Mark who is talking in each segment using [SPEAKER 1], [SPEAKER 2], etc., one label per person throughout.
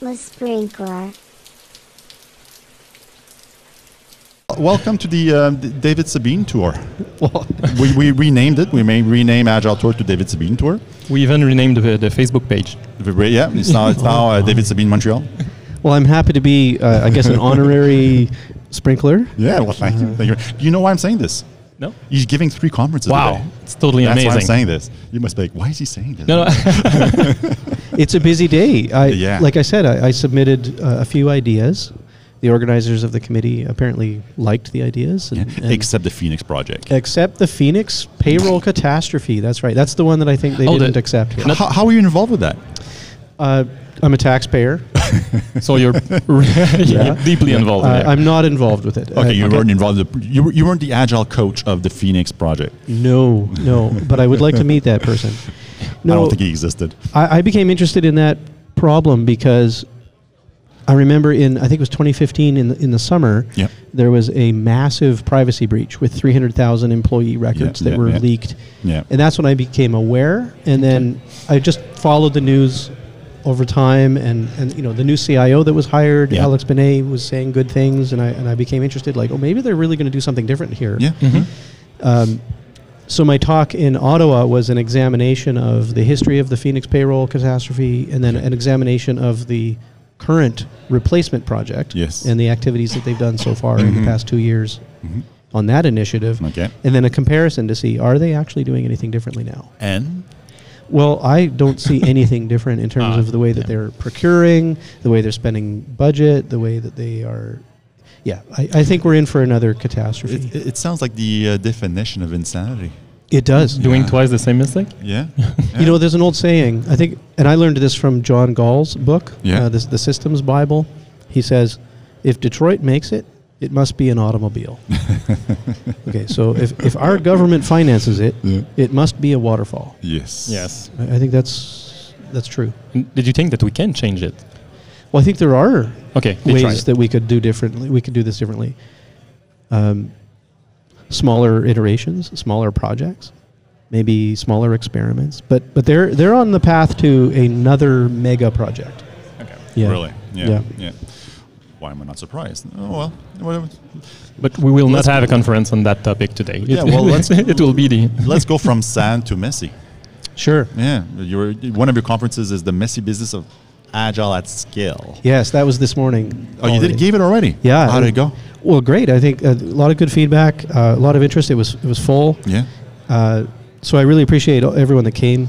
[SPEAKER 1] The sprinkler.
[SPEAKER 2] Welcome to the um, D- David Sabine Tour. Well, we, we renamed it. We may rename Agile Tour to David Sabine Tour.
[SPEAKER 3] We even renamed the, the Facebook page.
[SPEAKER 2] We- Yeah, it's now, it's now uh, David Sabine Montreal.
[SPEAKER 4] Well, I'm happy to be, uh, I guess, an honorary sprinkler.
[SPEAKER 2] Yeah, well, thank you. Thank you. Do you know why I'm saying this?
[SPEAKER 3] No?
[SPEAKER 2] He's giving three conferences.
[SPEAKER 3] Wow.
[SPEAKER 2] today.
[SPEAKER 3] It's totally
[SPEAKER 2] That's why I'm
[SPEAKER 3] amazing.
[SPEAKER 2] saying this. You must be like, why is he saying this?
[SPEAKER 3] No, no.
[SPEAKER 4] It's a busy day. I,
[SPEAKER 2] Yeah.
[SPEAKER 4] Like I said, I, I submitted uh, a few ideas. The organizers of the committee apparently liked the ideas.
[SPEAKER 2] Yeah,
[SPEAKER 4] And, and-
[SPEAKER 2] Except the Phoenix Project.
[SPEAKER 4] except the Phoenix payroll catastrophe. That's right. That's the one that I think they
[SPEAKER 3] Oh, the-
[SPEAKER 4] didn't accept. Here.
[SPEAKER 3] not-
[SPEAKER 2] how, how are you involved with that?
[SPEAKER 4] Uh, I'm a taxpayer.
[SPEAKER 3] so you're
[SPEAKER 4] Yeah.
[SPEAKER 3] deeply involved.
[SPEAKER 4] Uh,
[SPEAKER 3] there.
[SPEAKER 4] I'm not involved with it. Uh,
[SPEAKER 2] Okay, you weren't involved. in the- You, were- you weren't the Agile coach of the Phoenix Project.
[SPEAKER 4] No, no. But I would like to meet that person. No,
[SPEAKER 2] I don't think he existed.
[SPEAKER 4] I, I became interested in that problem because I remember in I think it was 2015 in the, in the summer
[SPEAKER 2] Yeah.
[SPEAKER 4] there was a massive privacy breach with 300,000 employee records that
[SPEAKER 2] yeah,
[SPEAKER 4] were
[SPEAKER 2] yeah.
[SPEAKER 4] leaked,
[SPEAKER 2] Yeah.
[SPEAKER 4] and that's when I became aware. And then I just followed the news over time, and, and you know the new CIO that was hired,
[SPEAKER 2] Yeah.
[SPEAKER 4] Alex Benet, was saying good things, and I and I became interested. Like, oh, maybe they're really going to do something different here.
[SPEAKER 2] Yeah.
[SPEAKER 4] Um, so my talk in Ottawa was an examination of the history of the Phoenix payroll catastrophe, and then an examination of the current replacement project
[SPEAKER 2] Yes.
[SPEAKER 4] and the activities that they've done so far in the past two years
[SPEAKER 2] Mhm.
[SPEAKER 4] on that initiative,
[SPEAKER 2] Okay.
[SPEAKER 4] and then a comparison to see are they actually doing anything differently now.
[SPEAKER 2] And
[SPEAKER 4] Well, I don't see anything different in terms
[SPEAKER 3] Ah,
[SPEAKER 4] of the way that
[SPEAKER 3] yeah.
[SPEAKER 4] they're procuring, the way they're spending budget, the way that they are. Yeah, I, I think we're in for another catastrophe.
[SPEAKER 2] it, it sounds like the uh, definition of insanity.
[SPEAKER 4] it does.
[SPEAKER 3] Doing
[SPEAKER 2] Yeah.
[SPEAKER 3] twice the same mistake?
[SPEAKER 2] Yeah.
[SPEAKER 4] You know, there's an old saying, I think, and I learned this from John Gall's book,
[SPEAKER 2] Yeah.
[SPEAKER 4] uh, this, the Systems Bible. He says, if Detroit makes it, it must be an automobile. okay, so if, if our government finances it,
[SPEAKER 2] Yeah.
[SPEAKER 4] it must be a waterfall.
[SPEAKER 2] Yes.
[SPEAKER 4] I, I think that's, that's true.
[SPEAKER 3] N- Did you think that we can change it?
[SPEAKER 4] Well, I think there are
[SPEAKER 3] Okay, we tried
[SPEAKER 4] ways
[SPEAKER 3] it.
[SPEAKER 4] that we could do differently. We could do this differently. Um, smaller iterations, smaller projects, maybe smaller experiments. But but they're they're on the path to another mega project.
[SPEAKER 3] Okay.
[SPEAKER 4] Yeah.
[SPEAKER 2] Really? Yeah.
[SPEAKER 4] Yeah.
[SPEAKER 2] Yeah. Why am I not surprised? Oh, well. whatever.
[SPEAKER 3] But we will
[SPEAKER 2] Let's
[SPEAKER 3] not have a conference on that topic today.
[SPEAKER 2] Yeah,
[SPEAKER 3] it,
[SPEAKER 2] well, let's-
[SPEAKER 3] it will be the.
[SPEAKER 2] Let's go from sand to messy.
[SPEAKER 4] Sure.
[SPEAKER 2] Yeah. Your, one of your conferences is the messy business of agile at scale.
[SPEAKER 4] Yes, that was this morning.
[SPEAKER 2] Oh, you did
[SPEAKER 4] already.
[SPEAKER 2] gave it already?
[SPEAKER 4] Yeah.
[SPEAKER 2] How did it go?
[SPEAKER 4] Well, great. I think a lot of good feedback, uh, a lot of interest. It was it was full.
[SPEAKER 2] Yeah.
[SPEAKER 4] Uh, so I really appreciate everyone that came,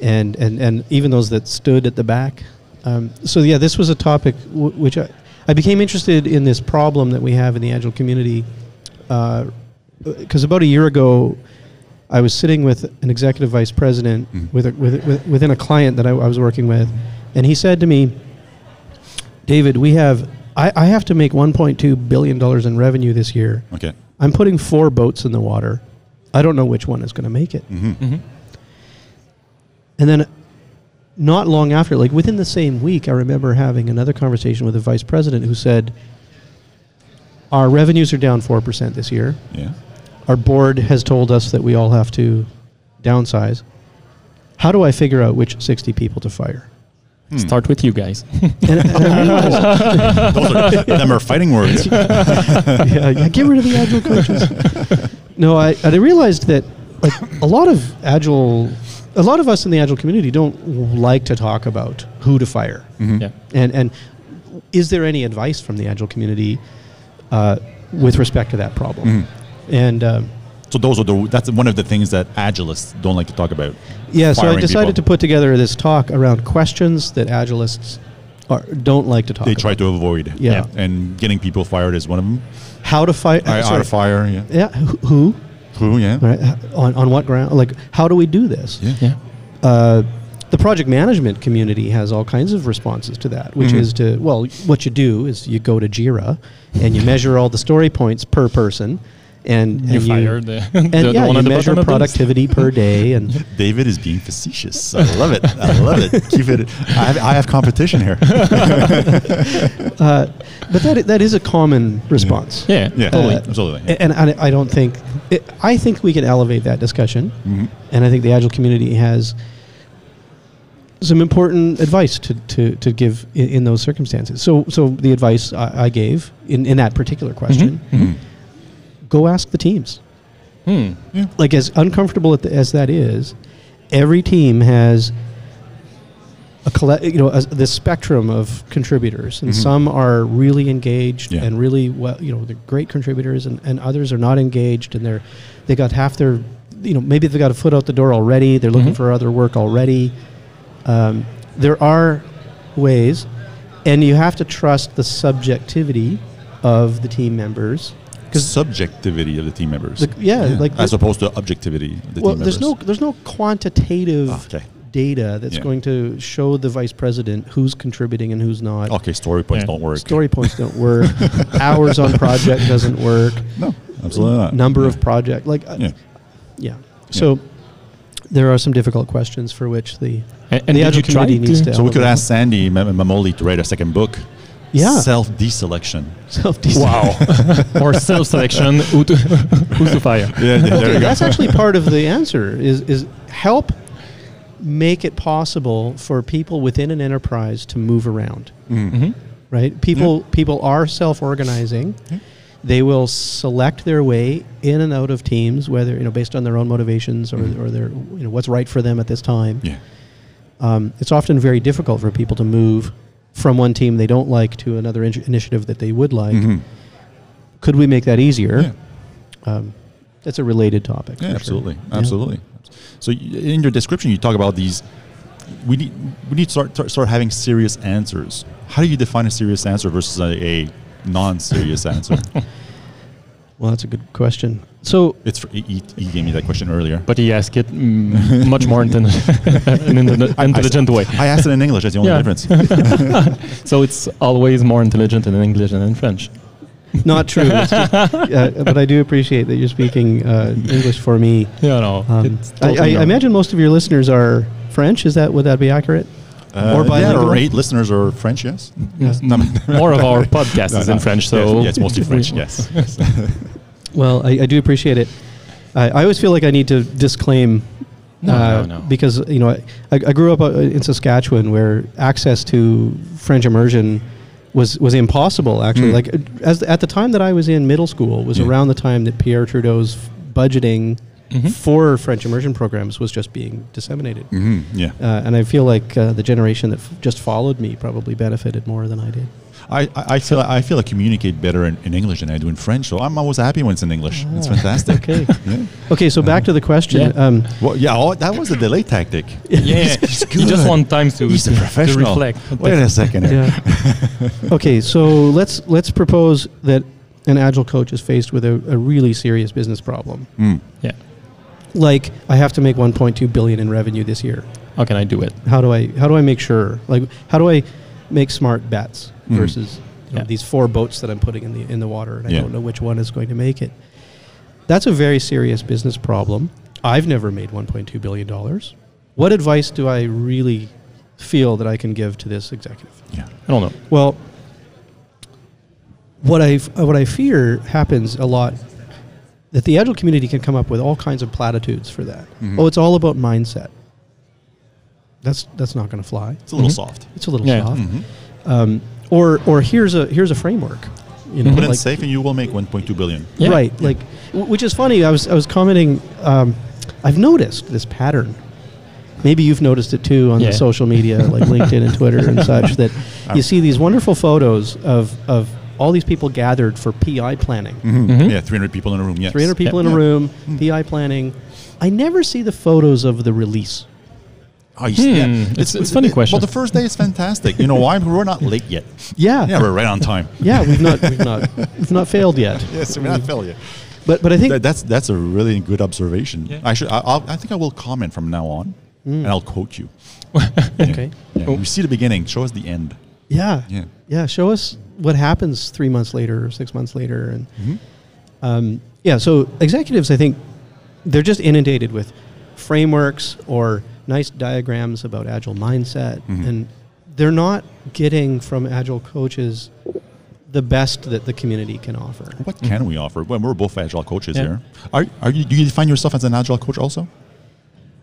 [SPEAKER 4] and and and even those that stood at the back. Um, so yeah, this was a topic w- which I, I became interested in this problem that we have in the agile community, because about a year ago, I was sitting with an executive vice president with, a, with, with within a client that I, I was working with, and he said to me, "David, we have." I, I have to make 1.2 billion dollars in revenue this year.
[SPEAKER 2] Okay.
[SPEAKER 4] I'm putting four boats in the water. I don't know which one is going to make it.
[SPEAKER 2] Mm-hmm.
[SPEAKER 3] Mm-hmm.
[SPEAKER 4] And then, not long after, like within the same week, I remember having another conversation with the vice president who said, Our revenues are down 4% this year.
[SPEAKER 2] Yeah.
[SPEAKER 4] Our board has told us that we all have to downsize. How do I figure out which 60 people to fire?
[SPEAKER 2] Hmm.
[SPEAKER 3] Start with you guys.
[SPEAKER 4] And, and I realized,
[SPEAKER 2] Those are, them are fighting words.
[SPEAKER 4] yeah, yeah, get rid of the agile coaches. no, I, I realized that like a lot of agile, a lot of us in the agile community don't like to talk about who to fire,
[SPEAKER 2] Mm-hmm.
[SPEAKER 3] Yeah.
[SPEAKER 4] and and is there any advice from the agile community uh, with respect to that problem?
[SPEAKER 2] Mm-hmm.
[SPEAKER 4] And um,
[SPEAKER 2] So those are the that's one of the things that agilists don't like to talk about.
[SPEAKER 4] yeah, so I
[SPEAKER 2] Firing
[SPEAKER 4] decided to
[SPEAKER 2] people.
[SPEAKER 4] put together this talk around questions that agilists are, don't like to talk.
[SPEAKER 2] They
[SPEAKER 4] about.
[SPEAKER 2] try to avoid.
[SPEAKER 4] Yeah.
[SPEAKER 2] And getting people fired is one of them.
[SPEAKER 4] how to fire.
[SPEAKER 2] I, out of fire. Yeah.
[SPEAKER 4] Yeah, who? who?
[SPEAKER 2] Who? Yeah.
[SPEAKER 4] Right, h- on on what ground? Like, how do we do this?
[SPEAKER 2] Yeah.
[SPEAKER 3] Yeah.
[SPEAKER 4] uh, the project management community has all kinds of responses to that, which is to, well, what you do is you go to JIRA and you measure all the story points per person. And, and
[SPEAKER 3] You fire the-
[SPEAKER 4] and
[SPEAKER 3] the- the
[SPEAKER 4] yeah,
[SPEAKER 3] one
[SPEAKER 4] you
[SPEAKER 3] at the
[SPEAKER 4] measure
[SPEAKER 3] bottom of the list.
[SPEAKER 4] productivity per day, and
[SPEAKER 2] David is being facetious. I love it. I love it. Keep it. I have, I have competition here.
[SPEAKER 4] uh, but that i- that is a common response.
[SPEAKER 3] Yeah.
[SPEAKER 2] Yeah.
[SPEAKER 4] Uh,
[SPEAKER 2] Totally. Absolutely. Yeah.
[SPEAKER 4] a- And I, I don't think it, I think we can elevate that discussion, and I think the agile community has some important advice to, to, to give in, in those circumstances. So, so the advice I, I gave in, in that particular question
[SPEAKER 2] Mm-hmm. Mm.
[SPEAKER 4] go ask the teams.
[SPEAKER 3] Hmm.
[SPEAKER 4] Like, as uncomfortable at the, as that is, every team has a colle- you know a, this spectrum of contributors, and
[SPEAKER 2] Mhm.
[SPEAKER 4] some are really engaged
[SPEAKER 2] Yeah.
[SPEAKER 4] and really well, you know, they're great contributors, and, and others are not engaged, and they're they got half their you know maybe they've got a foot out the door already, they're
[SPEAKER 2] Mm-hmm.
[SPEAKER 4] looking
[SPEAKER 3] Mhm.
[SPEAKER 4] for other work already. Um, there are ways, and you have to trust the subjectivity of the team members. 'Cause-
[SPEAKER 2] subjectivity of the team members.
[SPEAKER 4] The- yeah, like
[SPEAKER 2] as
[SPEAKER 4] the-
[SPEAKER 2] opposed to objectivity. Of the
[SPEAKER 4] well,
[SPEAKER 2] team
[SPEAKER 4] there's no
[SPEAKER 2] members. Ah,
[SPEAKER 4] there's no quantitative
[SPEAKER 2] Okay.
[SPEAKER 4] data that's
[SPEAKER 2] Yeah.
[SPEAKER 4] going to show the vice president who's contributing and who's not.
[SPEAKER 2] Okay, story points
[SPEAKER 3] Yeah.
[SPEAKER 2] don't work.
[SPEAKER 4] Story points don't work. Hours on project doesn't work.
[SPEAKER 2] No, absolutely not.
[SPEAKER 4] Number of
[SPEAKER 2] Yeah.
[SPEAKER 4] project, like uh, yeah.
[SPEAKER 2] Yeah.
[SPEAKER 4] So there are some difficult questions for which the
[SPEAKER 3] And, and
[SPEAKER 4] The
[SPEAKER 3] did
[SPEAKER 4] agile
[SPEAKER 3] you try
[SPEAKER 4] community needs
[SPEAKER 3] to-
[SPEAKER 4] to-
[SPEAKER 2] So we could ask Sandy Mam- Mamoli to write a second book.
[SPEAKER 4] Yeah.
[SPEAKER 2] Self deselection.
[SPEAKER 4] self
[SPEAKER 3] Wow. or self-selection, who to, who's to fire?
[SPEAKER 2] Yeah, there you go.
[SPEAKER 4] That's actually part of the answer. Is is help make it possible for people within an enterprise to move around.
[SPEAKER 2] Mm-hmm.
[SPEAKER 3] hmm
[SPEAKER 4] right? People people are self-organizing.
[SPEAKER 2] Mm-hmm.
[SPEAKER 4] They will select their way in and out of teams, whether you know based on their own motivations or, or their you know what's right for them at this time.
[SPEAKER 2] Mm-hmm. Yeah.
[SPEAKER 4] Um, it's often very difficult for people to move from one team they don't like to another in- initiative that they would like.
[SPEAKER 2] Mhm.
[SPEAKER 4] Could we make that easier?
[SPEAKER 2] Yeah.
[SPEAKER 4] Um, that's a related
[SPEAKER 2] Yeah,
[SPEAKER 4] topic. for sure.
[SPEAKER 2] absolutely,
[SPEAKER 4] Yeah.
[SPEAKER 2] absolutely. So y- in your description, you talk about these. We need we need to start start- start having serious answers. How do you define a serious answer versus a, a non-serious answer?
[SPEAKER 4] Well, that's a good question. So
[SPEAKER 2] It's for, he, he he gave me that question earlier.
[SPEAKER 3] But he asked it mm, much more inten- an inten- intelligent way.
[SPEAKER 2] I asked it in English. That's the only
[SPEAKER 3] Yeah.
[SPEAKER 2] difference.
[SPEAKER 3] So it's always more intelligent in English than in French.
[SPEAKER 4] not true, It's just- uh, but I do appreciate that you're speaking uh, English for me.
[SPEAKER 3] Yeah, no.
[SPEAKER 4] Um,
[SPEAKER 3] it's
[SPEAKER 4] I, I
[SPEAKER 3] totally normal.
[SPEAKER 4] imagine most of your listeners are French. Is that would that be accurate?
[SPEAKER 2] Uh,
[SPEAKER 4] Or
[SPEAKER 2] yeah,
[SPEAKER 4] bilingual?
[SPEAKER 2] our eight listeners are French. Yes.
[SPEAKER 3] Yes.
[SPEAKER 2] No,
[SPEAKER 3] More of our podcast
[SPEAKER 2] no,
[SPEAKER 3] is
[SPEAKER 2] no.
[SPEAKER 3] in French,
[SPEAKER 2] Yeah,
[SPEAKER 3] so
[SPEAKER 2] yeah, it's mostly French. Yes.
[SPEAKER 4] Well, I, I do appreciate it. I, I always feel like I need to disclaim uh,
[SPEAKER 3] No, no, no.
[SPEAKER 4] because you know I, I I grew up uh, in Saskatchewan where access to French immersion was was impossible. Actually,
[SPEAKER 2] Mm.
[SPEAKER 4] like uh, as at the time that I was in middle school was
[SPEAKER 2] Yeah.
[SPEAKER 4] around the time that Pierre Trudeau's budgeting
[SPEAKER 3] Mhm.
[SPEAKER 4] for French immersion programs was just being disseminated.
[SPEAKER 2] hmm Yeah.
[SPEAKER 4] Uh, and I feel like uh, the generation that f- just followed me probably benefited more than I did.
[SPEAKER 2] I, I I feel I feel I communicate better in, in English than I do in French. So I'm always happy when it's in English. It's
[SPEAKER 3] Ah.
[SPEAKER 2] fantastic.
[SPEAKER 4] Okay.
[SPEAKER 2] Yeah.
[SPEAKER 4] Okay, so back to the question.
[SPEAKER 3] Yeah.
[SPEAKER 4] Um,
[SPEAKER 2] Well, yeah. Oh, that was a delay tactic.
[SPEAKER 3] Yeah, you just
[SPEAKER 2] good.
[SPEAKER 3] want time to,
[SPEAKER 2] He's a
[SPEAKER 3] to- to
[SPEAKER 2] professional.
[SPEAKER 3] reflect.
[SPEAKER 2] Wait a second. here.
[SPEAKER 4] okay, so let's let's propose that an agile coach is faced with a, a really serious business problem.
[SPEAKER 2] Mm.
[SPEAKER 3] Yeah.
[SPEAKER 4] Like I have to make 1.2 billion in revenue this year.
[SPEAKER 3] How can I do it?
[SPEAKER 4] How do I how do I make sure? Like how do I make smart bets
[SPEAKER 2] Mhm.
[SPEAKER 4] versus you know,
[SPEAKER 3] Yeah.
[SPEAKER 4] these four boats that I'm putting in the in the water and I
[SPEAKER 2] Yeah.
[SPEAKER 4] don't know which one is going to make it. That's a very serious business problem. I've never made 1.2 billion dollars. What advice do I really feel that I can give to this executive?
[SPEAKER 2] Yeah.
[SPEAKER 3] I don't know.
[SPEAKER 4] Well, what I what I fear happens a lot that the agile community can come up with all kinds of platitudes for that.
[SPEAKER 2] Mhm.
[SPEAKER 4] Oh, it's all about mindset. That's that's not going to fly.
[SPEAKER 2] It's a little
[SPEAKER 3] Mhm.
[SPEAKER 2] soft.
[SPEAKER 4] It's a little
[SPEAKER 3] Yeah.
[SPEAKER 4] soft.
[SPEAKER 2] Mhm.
[SPEAKER 4] Um, or or here's a here's a framework. You know,
[SPEAKER 2] Put in
[SPEAKER 4] like-
[SPEAKER 2] safe, and you will make 1.2 billion.
[SPEAKER 3] Yeah.
[SPEAKER 4] right? Like, w- which is funny. I was I was commenting. Um, I've noticed this pattern. Maybe you've noticed it too on
[SPEAKER 3] Yeah.
[SPEAKER 4] the social media, like LinkedIn and Twitter and such. That you see these wonderful photos of of all these people gathered for PI planning.
[SPEAKER 3] Mhm.
[SPEAKER 2] Yeah, 300 people in a room. Yes.
[SPEAKER 4] Three hundred people in
[SPEAKER 2] Mm-hmm. Yeah. Mm-hmm.
[SPEAKER 4] a room, PI planning. I never see the photos of the release.
[SPEAKER 2] Oh, you see, yeah.
[SPEAKER 3] Hmm. It's- it's funny question.
[SPEAKER 2] Well, the first day is fantastic. You know why? We're not late yet.
[SPEAKER 4] Yeah,
[SPEAKER 2] Yeah, we're right on time.
[SPEAKER 4] yeah. We've not we've not we've not failed yet.
[SPEAKER 2] yes, we're not failure.
[SPEAKER 4] But but I think
[SPEAKER 2] That, that's that's a really good observation.
[SPEAKER 3] Yeah. Hmm.
[SPEAKER 2] I should. I, I'll, I think I will comment from now on, and I'll quote you.
[SPEAKER 4] okay.
[SPEAKER 2] Yeah.
[SPEAKER 3] Oh.
[SPEAKER 2] You see the beginning. Show us the end.
[SPEAKER 4] Yeah.
[SPEAKER 2] Yeah.
[SPEAKER 4] Yeah. Show us what happens three months later or six months later. And
[SPEAKER 3] Mm-hmm.
[SPEAKER 4] um, yeah, so executives, I think they're just inundated with frameworks or nice diagrams about agile mindset.
[SPEAKER 3] Mm-hmm.
[SPEAKER 4] And they're not getting from agile coaches the best that the community can offer.
[SPEAKER 2] What can we offer? Well, we're both agile coaches
[SPEAKER 3] Yeah.
[SPEAKER 2] here. Are, are you? Do you define yourself as an agile coach also?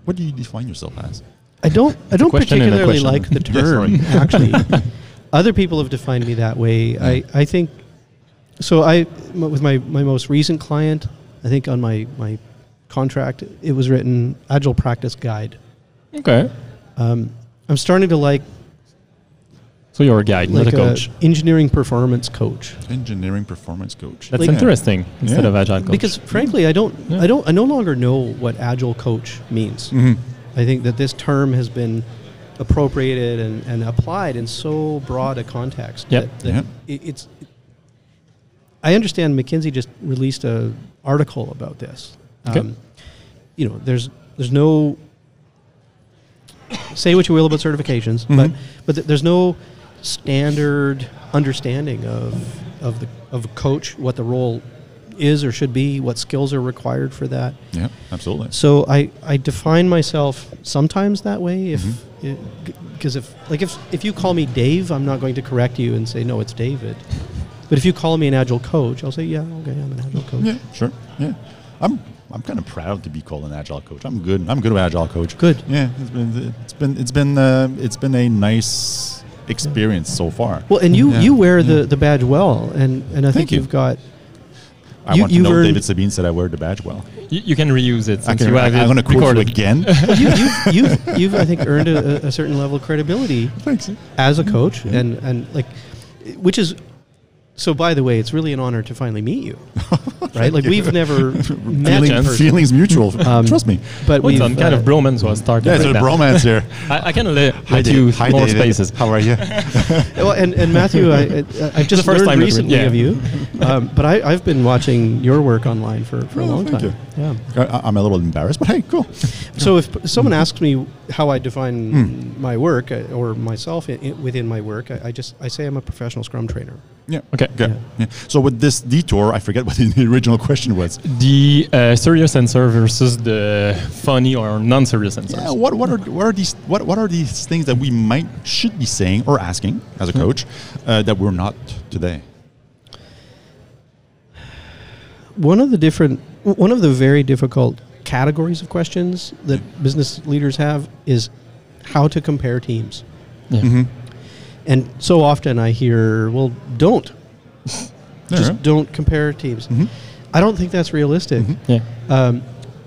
[SPEAKER 2] What do you define yourself as?
[SPEAKER 4] I don't. I don't
[SPEAKER 3] question and a
[SPEAKER 4] particularly
[SPEAKER 3] question.
[SPEAKER 4] like the
[SPEAKER 2] Yeah, sorry.
[SPEAKER 4] term. actually, other people have defined me that way. I, I think. So I, m- with my my most recent client, I think on my my contract it was written agile practice guide.
[SPEAKER 3] Okay.
[SPEAKER 4] Um, I'm starting to like
[SPEAKER 3] So you're a guide,
[SPEAKER 4] like
[SPEAKER 3] not a coach.
[SPEAKER 4] engineering performance coach.
[SPEAKER 2] Engineering performance coach.
[SPEAKER 3] That's
[SPEAKER 4] like-
[SPEAKER 3] interesting instead
[SPEAKER 2] Yeah.
[SPEAKER 3] of agile coach.
[SPEAKER 4] Because frankly, I don't,
[SPEAKER 3] Yeah. Mm.
[SPEAKER 4] I don't, I no longer know what agile coach means.
[SPEAKER 2] Mhm.
[SPEAKER 4] I think that this term has been appropriated and, and applied in so broad a context.
[SPEAKER 3] Yep.
[SPEAKER 4] That, that
[SPEAKER 2] Yep.
[SPEAKER 4] It, it's. I understand McKinsey just released a article about this. Um,
[SPEAKER 3] Okay.
[SPEAKER 4] you know, there's there's no. Say what you will about certifications,
[SPEAKER 3] Mm-hmm.
[SPEAKER 4] but
[SPEAKER 2] Mhm.
[SPEAKER 4] but th- there's no standard understanding of of the of a coach, what the role is or should be, what skills are required for that.
[SPEAKER 2] Yeah, absolutely.
[SPEAKER 4] So I, I define myself sometimes that way if
[SPEAKER 2] Mm-hmm.
[SPEAKER 4] because if like if if you call me Dave, I'm not going to correct you and say no, it's David. But if you call me an agile coach, I'll say yeah, okay, I'm an agile coach.
[SPEAKER 2] Yeah, sure. Yeah, I'm I'm kind of proud to be called an agile coach. I'm good. I'm good with agile coach.
[SPEAKER 4] Good.
[SPEAKER 2] Yeah, it's been it's been it's been uh, it's been a nice experience so far.
[SPEAKER 4] Well, and you
[SPEAKER 2] Yeah,
[SPEAKER 4] you wear
[SPEAKER 2] yeah.
[SPEAKER 4] the, the badge well, and and I
[SPEAKER 2] Thank
[SPEAKER 4] think
[SPEAKER 2] you.
[SPEAKER 4] you've got
[SPEAKER 2] I
[SPEAKER 4] you-
[SPEAKER 2] want to
[SPEAKER 4] you've
[SPEAKER 2] know. if
[SPEAKER 4] earned-
[SPEAKER 2] David Sabine said I wear the badge well.
[SPEAKER 3] you, you can reuse it
[SPEAKER 2] I
[SPEAKER 3] since
[SPEAKER 2] can,
[SPEAKER 3] you
[SPEAKER 2] I,
[SPEAKER 3] have
[SPEAKER 2] am
[SPEAKER 3] it
[SPEAKER 2] going to quote you
[SPEAKER 3] recorded.
[SPEAKER 2] again.
[SPEAKER 4] well, you you've, you've, you've I think earned a, a- a certain level of credibility
[SPEAKER 2] Thanks.
[SPEAKER 4] as a coach,
[SPEAKER 2] Yeah.
[SPEAKER 4] and and like which is. So, by the way, it's really an honor to finally meet you, right? Like
[SPEAKER 2] you.
[SPEAKER 4] we've never met in
[SPEAKER 2] Feeling,
[SPEAKER 4] person.
[SPEAKER 2] feelings mutual.
[SPEAKER 4] Um,
[SPEAKER 2] Trust me.
[SPEAKER 4] But
[SPEAKER 3] Well,
[SPEAKER 4] we've
[SPEAKER 3] some kind
[SPEAKER 4] uh,
[SPEAKER 3] of bromance was started.
[SPEAKER 2] Yeah, it's
[SPEAKER 3] right
[SPEAKER 2] a
[SPEAKER 3] now.
[SPEAKER 2] bromance here.
[SPEAKER 3] I, I can let, let you
[SPEAKER 2] David. Hi,
[SPEAKER 3] more
[SPEAKER 2] David.
[SPEAKER 3] spaces.
[SPEAKER 2] How are you?
[SPEAKER 4] well, and, and Matthew, I, I, I've just learned
[SPEAKER 3] first time that we-
[SPEAKER 4] recently
[SPEAKER 3] yeah.
[SPEAKER 4] of you, um, but I, I've been watching your work online for, for a
[SPEAKER 2] Oh,
[SPEAKER 4] long
[SPEAKER 2] thank
[SPEAKER 4] time. Yeah.
[SPEAKER 2] I, I'm a little embarrassed, but hey, cool.
[SPEAKER 4] So if
[SPEAKER 3] Hmm.
[SPEAKER 4] p- someone asks me how I define
[SPEAKER 2] Hmm.
[SPEAKER 4] my work uh, or myself i i within my work, I, I just I say I'm a professional Scrum trainer.
[SPEAKER 2] Yeah.
[SPEAKER 3] Okay.
[SPEAKER 2] Good. Yeah.
[SPEAKER 4] Yeah.
[SPEAKER 2] So with this detour, I forget what the original question was.
[SPEAKER 3] The uh, serious answer versus the funny or non-serious answers.
[SPEAKER 2] Yeah, what what are what are these what what are these things that we might should be saying or asking as a coach uh, that we're not today?
[SPEAKER 4] One of the different, w- one of the very difficult categories of questions that business leaders have is how to compare teams.
[SPEAKER 3] Yeah.
[SPEAKER 2] Mm-hmm.
[SPEAKER 4] And so often I hear, well, don't.
[SPEAKER 2] Uh-huh. Yeah.
[SPEAKER 4] Just don't compare teams.
[SPEAKER 2] Mm-hmm.
[SPEAKER 4] I don't think that's realistic.
[SPEAKER 3] Yeah.
[SPEAKER 4] Um,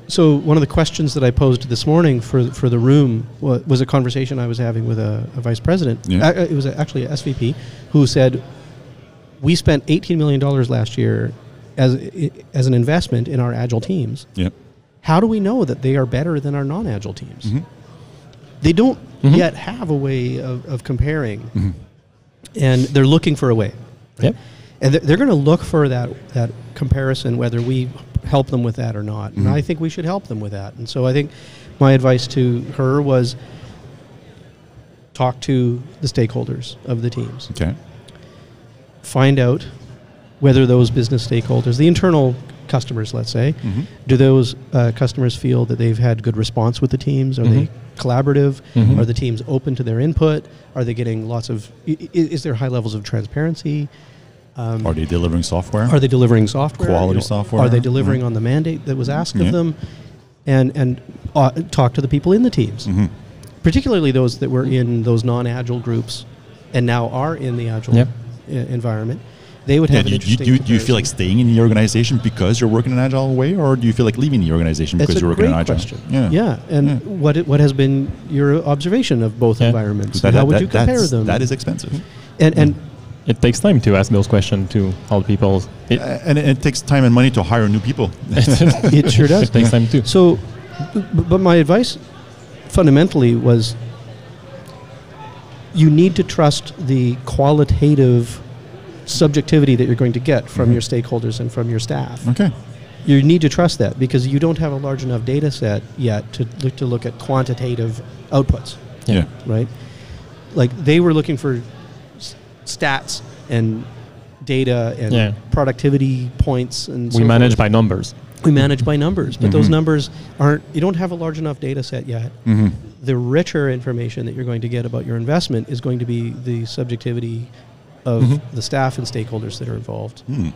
[SPEAKER 4] so one of the questions that I posed this morning for for the room wa- was a conversation I was having with a, a vice president.
[SPEAKER 2] Yeah.
[SPEAKER 4] A- a- it was actually a SVP who said, "We spent 18 million dollars last year as i- as an investment in our agile teams.
[SPEAKER 2] Yeah.
[SPEAKER 4] How do we know that they are better than our non-agile teams? They don't
[SPEAKER 3] Mhm.
[SPEAKER 4] yet have a way of, of comparing, and they're looking for a way."
[SPEAKER 3] Yep.
[SPEAKER 4] and they're, they're going to look for that that comparison whether we help them with that or not and i think we should help them with that and so i think my advice to her was talk to the stakeholders of the teams
[SPEAKER 2] Okay.
[SPEAKER 4] find out whether those business stakeholders the internal customers let's say
[SPEAKER 2] Mm-hmm.
[SPEAKER 4] do those uh, customers feel that they've had good response with the teams are they collaborative are the teams open to their input are they getting lots of i- i- is there high levels of transparency
[SPEAKER 2] Are they delivering software?
[SPEAKER 4] Um, are they delivering software?
[SPEAKER 2] Quality software?
[SPEAKER 4] Are they delivering
[SPEAKER 2] Mhm.
[SPEAKER 4] on the mandate that was asked
[SPEAKER 2] Yeah.
[SPEAKER 4] of them? And and uh, talk to the people in the teams,
[SPEAKER 2] Mhm.
[SPEAKER 4] particularly those that were in those non-agile groups, and now are in the agile
[SPEAKER 3] Yep.
[SPEAKER 4] e- environment. They would
[SPEAKER 2] Yeah,
[SPEAKER 4] have
[SPEAKER 2] do,
[SPEAKER 4] an
[SPEAKER 2] you, do, you,
[SPEAKER 4] interesting.
[SPEAKER 2] do you- do you feel
[SPEAKER 4] comparison.
[SPEAKER 2] like staying in the organization because you're working in an agile way, or do you feel like leaving the organization
[SPEAKER 4] That's
[SPEAKER 2] because
[SPEAKER 4] a
[SPEAKER 2] you're working in
[SPEAKER 4] great
[SPEAKER 2] agile?
[SPEAKER 4] question.
[SPEAKER 2] Yeah.
[SPEAKER 4] yeah. And
[SPEAKER 2] Yeah.
[SPEAKER 4] what it, what has been your observation of both
[SPEAKER 3] Yeah.
[SPEAKER 4] environments?
[SPEAKER 2] 'Cause that-
[SPEAKER 4] How
[SPEAKER 2] that-
[SPEAKER 4] would you compare
[SPEAKER 2] that's-
[SPEAKER 4] them?
[SPEAKER 2] That is expensive,
[SPEAKER 4] and and
[SPEAKER 3] It takes time to ask those questions to all people. It,
[SPEAKER 2] Uh, and it takes time and money to hire new people.
[SPEAKER 4] it sure does.
[SPEAKER 3] it takes time too.
[SPEAKER 4] So, b- but my advice fundamentally was you need to trust the qualitative subjectivity that you're going to get
[SPEAKER 3] Mm-hmm.
[SPEAKER 4] from your stakeholders and from your staff.
[SPEAKER 2] okay.
[SPEAKER 4] You need to trust that because you don't have a large enough data set yet to look, to look at quantitative outputs,
[SPEAKER 3] Yeah.
[SPEAKER 2] Yeah.
[SPEAKER 4] right? Like they were looking for s- stats and data and
[SPEAKER 3] Yeah.
[SPEAKER 4] productivity points and
[SPEAKER 3] we
[SPEAKER 4] so
[SPEAKER 3] manage
[SPEAKER 4] forth
[SPEAKER 3] by numbers.
[SPEAKER 4] we manage by numbers, but
[SPEAKER 2] Mm-hmm.
[SPEAKER 4] those numbers aren't, you don't have a large enough data set yet.
[SPEAKER 2] Mhm.
[SPEAKER 4] The richer information that you're going to get about your investment is going to be the subjectivity of
[SPEAKER 2] Mm-hmm.
[SPEAKER 4] the staff and stakeholders that are involved.
[SPEAKER 2] Hmm.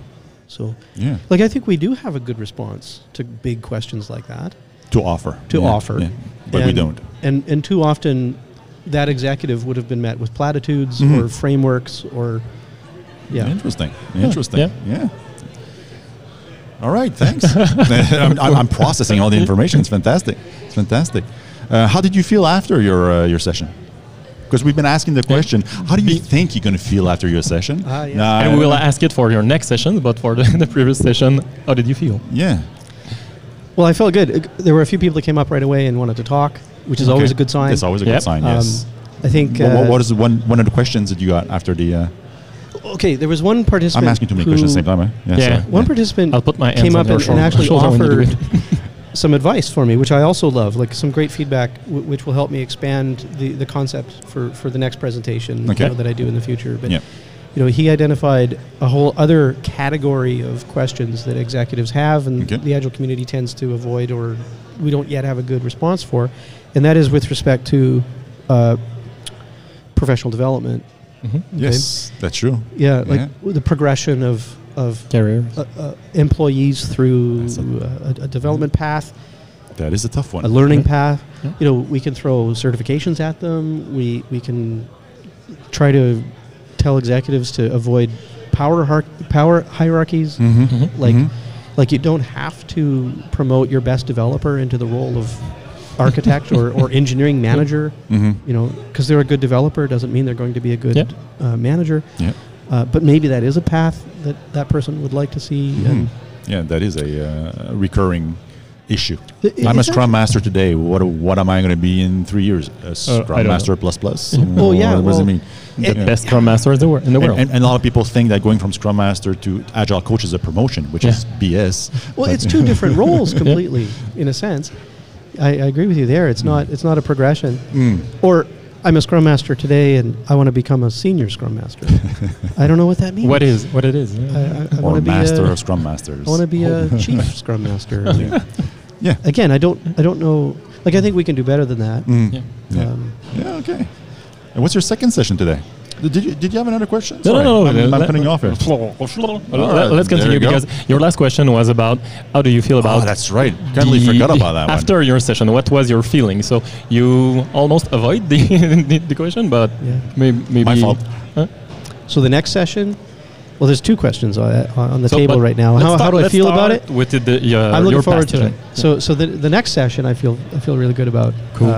[SPEAKER 4] So,
[SPEAKER 2] Yeah.
[SPEAKER 4] like, I think we do have a good response to big questions like that.
[SPEAKER 2] to offer.
[SPEAKER 4] to
[SPEAKER 2] Yeah,
[SPEAKER 4] offer.
[SPEAKER 2] yeah. But we
[SPEAKER 4] And-
[SPEAKER 2] don't.
[SPEAKER 4] And and too often, that executive would have been met with platitudes
[SPEAKER 2] Mhm.
[SPEAKER 4] or frameworks or, yeah.
[SPEAKER 2] Interesting. Interesting.
[SPEAKER 3] yeah.
[SPEAKER 2] Yeah. All right. Thanks. I'm, I'm, I'm processing all the information. It's fantastic. It's fantastic. Uh, how did you feel after your uh, your session? Because we've been asking the question, how do you think you're going to feel after your session?
[SPEAKER 4] Ah, yeah.
[SPEAKER 2] Nah,
[SPEAKER 3] and we will ask it for your next session, but for the, the previous session, how did you feel?
[SPEAKER 2] Yeah.
[SPEAKER 4] Well, I felt good. Uh, There were a few people that came up right away and wanted to talk, which is always a
[SPEAKER 2] Okay.
[SPEAKER 4] good sign.
[SPEAKER 2] It's always a
[SPEAKER 3] Yep.
[SPEAKER 2] good sign. Yes.
[SPEAKER 4] I think.
[SPEAKER 2] Wha- wha-
[SPEAKER 4] uh,
[SPEAKER 2] what is the one one of the questions that you got after the? Uh,
[SPEAKER 4] okay, there was one participant.
[SPEAKER 2] I'm asking too many
[SPEAKER 4] who-
[SPEAKER 2] questions at the same time. eh?
[SPEAKER 3] Yeah.
[SPEAKER 2] sorry.
[SPEAKER 4] One participant
[SPEAKER 3] I'll put my hands
[SPEAKER 4] came
[SPEAKER 3] on
[SPEAKER 4] up
[SPEAKER 3] your
[SPEAKER 4] and, and
[SPEAKER 3] shoulder-
[SPEAKER 4] actually
[SPEAKER 3] shoulder when you do
[SPEAKER 4] offered
[SPEAKER 3] it.
[SPEAKER 4] some advice for me, which I also love, like some great feedback, w- which will help me expand the, the concept for, for the next presentation you
[SPEAKER 2] Okay.
[SPEAKER 4] know, that I do in the future. But
[SPEAKER 2] Yeah.
[SPEAKER 4] you know, he identified a whole other category of questions that executives have, and
[SPEAKER 2] Okay.
[SPEAKER 4] the agile community tends to avoid, or we don't yet have a good response for, and that is with respect to uh, professional development.
[SPEAKER 3] Mm-hmm.
[SPEAKER 2] Yes, that's true.
[SPEAKER 4] Yeah, like
[SPEAKER 2] Yeah.
[SPEAKER 4] w- the progression of of
[SPEAKER 3] Career.
[SPEAKER 4] uh, uh, employees through
[SPEAKER 2] That's a-
[SPEAKER 4] uh, a, a development path,
[SPEAKER 2] That is a tough one.
[SPEAKER 4] a learning
[SPEAKER 3] Mm-hmm. Yeah.
[SPEAKER 4] path.
[SPEAKER 3] Yeah.
[SPEAKER 4] You know, we can throw certifications at them. We we can try to tell executives to avoid power har- power hierarchies.
[SPEAKER 2] Mhm.
[SPEAKER 3] Mhm.
[SPEAKER 4] Like
[SPEAKER 2] Mhm.
[SPEAKER 4] like you don't have to promote your best developer into the role of architect or, or engineering manager.
[SPEAKER 2] Mhm.
[SPEAKER 4] You know, because they're a good developer doesn't mean they're going to be a good
[SPEAKER 3] Yeah.
[SPEAKER 4] uh, manager.
[SPEAKER 2] Yeah.
[SPEAKER 4] Uh, but maybe that is a path that that person would like to see.
[SPEAKER 3] Mm-hmm.
[SPEAKER 2] Mhm.
[SPEAKER 4] And
[SPEAKER 2] Yeah, that is a uh, recurring issue.
[SPEAKER 4] Th- it-
[SPEAKER 2] I'm a
[SPEAKER 4] it's
[SPEAKER 2] Scrum Master today. What what am I going to be in three years?
[SPEAKER 4] Uh,
[SPEAKER 2] A Scrum
[SPEAKER 3] don't know.
[SPEAKER 2] Master plus plus.
[SPEAKER 4] Oh,
[SPEAKER 2] What
[SPEAKER 4] yeah,
[SPEAKER 2] does
[SPEAKER 4] well,
[SPEAKER 2] it mean?
[SPEAKER 3] The
[SPEAKER 2] Yeah.
[SPEAKER 3] best Scrum Master in the, wor- in the
[SPEAKER 2] And,
[SPEAKER 3] world.
[SPEAKER 2] and, and a lot of people think that going from Scrum Master to Agile Coach is a promotion, which
[SPEAKER 3] Yeah.
[SPEAKER 2] is BS.
[SPEAKER 4] Well,
[SPEAKER 2] But-
[SPEAKER 4] it's two different roles completely, in a sense. I, I agree with you there. It's not it's not a progression.
[SPEAKER 2] Mm.
[SPEAKER 4] Or I'm a Scrum Master today, and I want to become a senior Scrum Master. I don't know what that means.
[SPEAKER 3] what is what it is? yeah.
[SPEAKER 4] I, I, I
[SPEAKER 2] or
[SPEAKER 4] want to be
[SPEAKER 2] Master
[SPEAKER 4] a,
[SPEAKER 2] of Scrum Masters.
[SPEAKER 4] I want to be a chief Scrum Master.
[SPEAKER 2] yeah. yeah.
[SPEAKER 4] Again, I don't I don't know. Like I think we can do better than that.
[SPEAKER 2] Mm.
[SPEAKER 3] Yeah.
[SPEAKER 2] Yeah.
[SPEAKER 4] Um,
[SPEAKER 2] Yeah, okay. And what's your second session today? Did you, did you have another question?
[SPEAKER 3] No,
[SPEAKER 2] Sorry,
[SPEAKER 3] no, no, no.
[SPEAKER 2] I'm, I'm
[SPEAKER 3] let-
[SPEAKER 2] cutting you off here.
[SPEAKER 3] Well,
[SPEAKER 2] All
[SPEAKER 3] let-
[SPEAKER 2] right, there
[SPEAKER 3] Let's continue
[SPEAKER 2] you go.
[SPEAKER 3] because your last question was about how do you feel about
[SPEAKER 2] Oh, that's right. Kindly forgot about that
[SPEAKER 3] after your session. What was your feeling? So you almost avoid the the, the question, but
[SPEAKER 4] Yeah.
[SPEAKER 3] may- maybe
[SPEAKER 2] My fault.
[SPEAKER 3] Huh?
[SPEAKER 4] so the next session, well, there's two questions on, on the
[SPEAKER 3] So,
[SPEAKER 4] table
[SPEAKER 3] but
[SPEAKER 4] right now.
[SPEAKER 3] let's
[SPEAKER 4] How, how
[SPEAKER 3] start-
[SPEAKER 4] do I
[SPEAKER 3] let's
[SPEAKER 4] feel about it?
[SPEAKER 3] start With the, the, uh,
[SPEAKER 4] I'm looking
[SPEAKER 3] your
[SPEAKER 4] forward
[SPEAKER 3] past
[SPEAKER 4] to it.
[SPEAKER 3] session.
[SPEAKER 4] So, so the, the next session, I feel I feel really good about. Um,
[SPEAKER 3] Cool.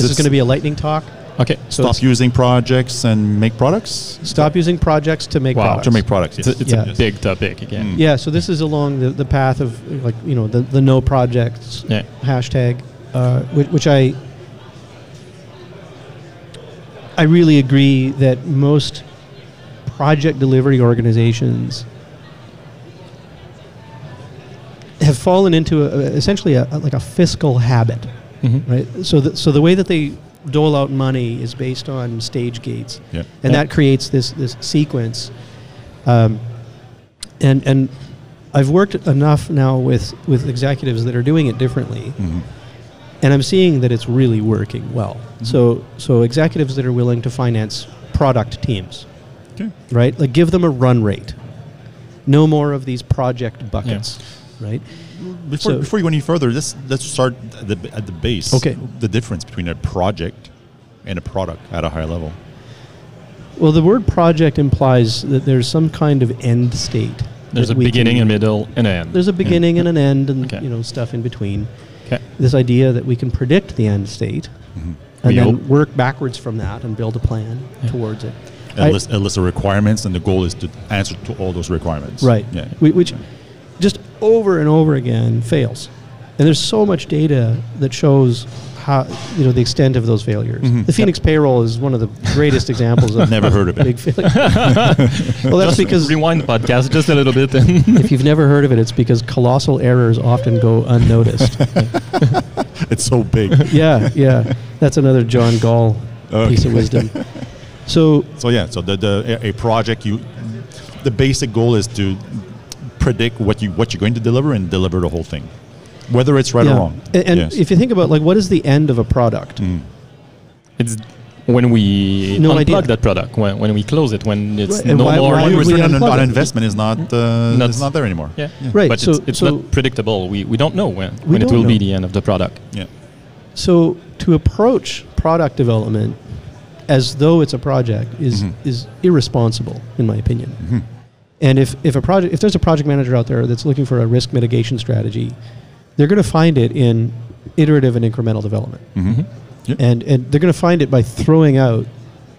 [SPEAKER 2] Is
[SPEAKER 4] is,
[SPEAKER 2] this-
[SPEAKER 4] going to be a lightning talk.
[SPEAKER 3] Okay,
[SPEAKER 4] So
[SPEAKER 2] Stop
[SPEAKER 4] it's-
[SPEAKER 2] using projects and make products?
[SPEAKER 4] stop using projects to make
[SPEAKER 3] Wow.
[SPEAKER 4] products.
[SPEAKER 2] To make products, yes.
[SPEAKER 3] it's, a, it's
[SPEAKER 4] Yeah.
[SPEAKER 3] a big topic again.
[SPEAKER 2] Mm.
[SPEAKER 4] yeah, so this is along the, the path of like you know the, the no projects
[SPEAKER 3] Yeah.
[SPEAKER 4] hashtag, uh, which, which I I really agree that most project delivery organizations have fallen into a, essentially a, like a fiscal habit.
[SPEAKER 3] Mhm.
[SPEAKER 4] right? So, the, so the way that they dole out money is based on stage gates,
[SPEAKER 2] Yeah.
[SPEAKER 4] and
[SPEAKER 3] Yeah.
[SPEAKER 4] that creates this this sequence. Um, and and I've worked enough now with with executives that are doing it differently,
[SPEAKER 2] Mhm.
[SPEAKER 4] and I'm seeing that it's really working well.
[SPEAKER 3] Mm-hmm.
[SPEAKER 4] So, so executives that are willing to finance product teams,
[SPEAKER 2] Okay.
[SPEAKER 4] right? Like give them a run rate. No more of these project buckets, right?
[SPEAKER 2] Before,
[SPEAKER 4] So-
[SPEAKER 2] before you go any further, let's, let's start at the, at the base.
[SPEAKER 4] Okay.
[SPEAKER 2] The difference between a project and a product at a higher level.
[SPEAKER 4] Well, the word project implies that there's some kind of end state.
[SPEAKER 3] There's
[SPEAKER 4] that
[SPEAKER 3] a
[SPEAKER 4] we
[SPEAKER 3] beginning,
[SPEAKER 4] can-
[SPEAKER 3] and middle, and an end.
[SPEAKER 4] There's a beginning and an end, and
[SPEAKER 3] Okay.
[SPEAKER 4] you know stuff in between.
[SPEAKER 3] okay.
[SPEAKER 4] This idea that we can predict the end state, and
[SPEAKER 3] We
[SPEAKER 4] then
[SPEAKER 3] hope.
[SPEAKER 4] work backwards from that and build a plan towards it.
[SPEAKER 2] It
[SPEAKER 4] I-
[SPEAKER 2] lists, it lists the requirements, and the goal is to answer to all those requirements.
[SPEAKER 4] right.
[SPEAKER 2] Yeah.
[SPEAKER 4] Whi- Which just over and over again fails, and there's so much data that shows how you know the extent of those failures.
[SPEAKER 3] Mm-hmm.
[SPEAKER 4] The Phoenix payroll is one of the greatest examples of
[SPEAKER 2] Never heard of it.
[SPEAKER 4] big failure. well, that's
[SPEAKER 3] Just
[SPEAKER 4] because
[SPEAKER 3] rewind the podcast just a little bit. And
[SPEAKER 4] if you've never heard of it, it's because colossal errors often go unnoticed.
[SPEAKER 2] It's so big.
[SPEAKER 4] yeah, yeah. That's another John Gall piece of wisdom. So,
[SPEAKER 2] So yeah, so the, the a- a project you the basic goal is to predict what you what you're going to deliver and deliver the whole thing, whether it's right
[SPEAKER 4] yeah.
[SPEAKER 2] or wrong.
[SPEAKER 4] A- And,
[SPEAKER 2] Yes. Mm.
[SPEAKER 4] if you think about like what is the end of a product?
[SPEAKER 3] it's when we
[SPEAKER 4] No
[SPEAKER 3] unplug
[SPEAKER 4] idea.
[SPEAKER 3] that product, when, when we close it, when it's
[SPEAKER 4] Right, and
[SPEAKER 3] no
[SPEAKER 4] why-
[SPEAKER 3] more.
[SPEAKER 4] why
[SPEAKER 2] Our
[SPEAKER 4] would we
[SPEAKER 2] return on,
[SPEAKER 4] unplug
[SPEAKER 2] on
[SPEAKER 4] it?
[SPEAKER 2] investment is not, uh,
[SPEAKER 3] Not-
[SPEAKER 2] is not there anymore.
[SPEAKER 3] yeah.
[SPEAKER 4] Right,
[SPEAKER 3] But
[SPEAKER 4] so-
[SPEAKER 3] it's, it's
[SPEAKER 4] so-
[SPEAKER 3] not predictable. We, we don't know when,
[SPEAKER 4] We
[SPEAKER 3] when it
[SPEAKER 4] don't
[SPEAKER 3] will be
[SPEAKER 4] know.
[SPEAKER 3] the end of the product.
[SPEAKER 2] Yeah.
[SPEAKER 4] So to approach product development as though it's a project is
[SPEAKER 2] Mm-hmm.
[SPEAKER 4] is irresponsible, in my opinion. And if, if a project if there's a project manager out there that's looking for a risk mitigation strategy, they're going to find it in iterative and incremental development,
[SPEAKER 3] Mm-hmm.
[SPEAKER 2] Mhm. Yeah.
[SPEAKER 4] and and they're going to find it by throwing out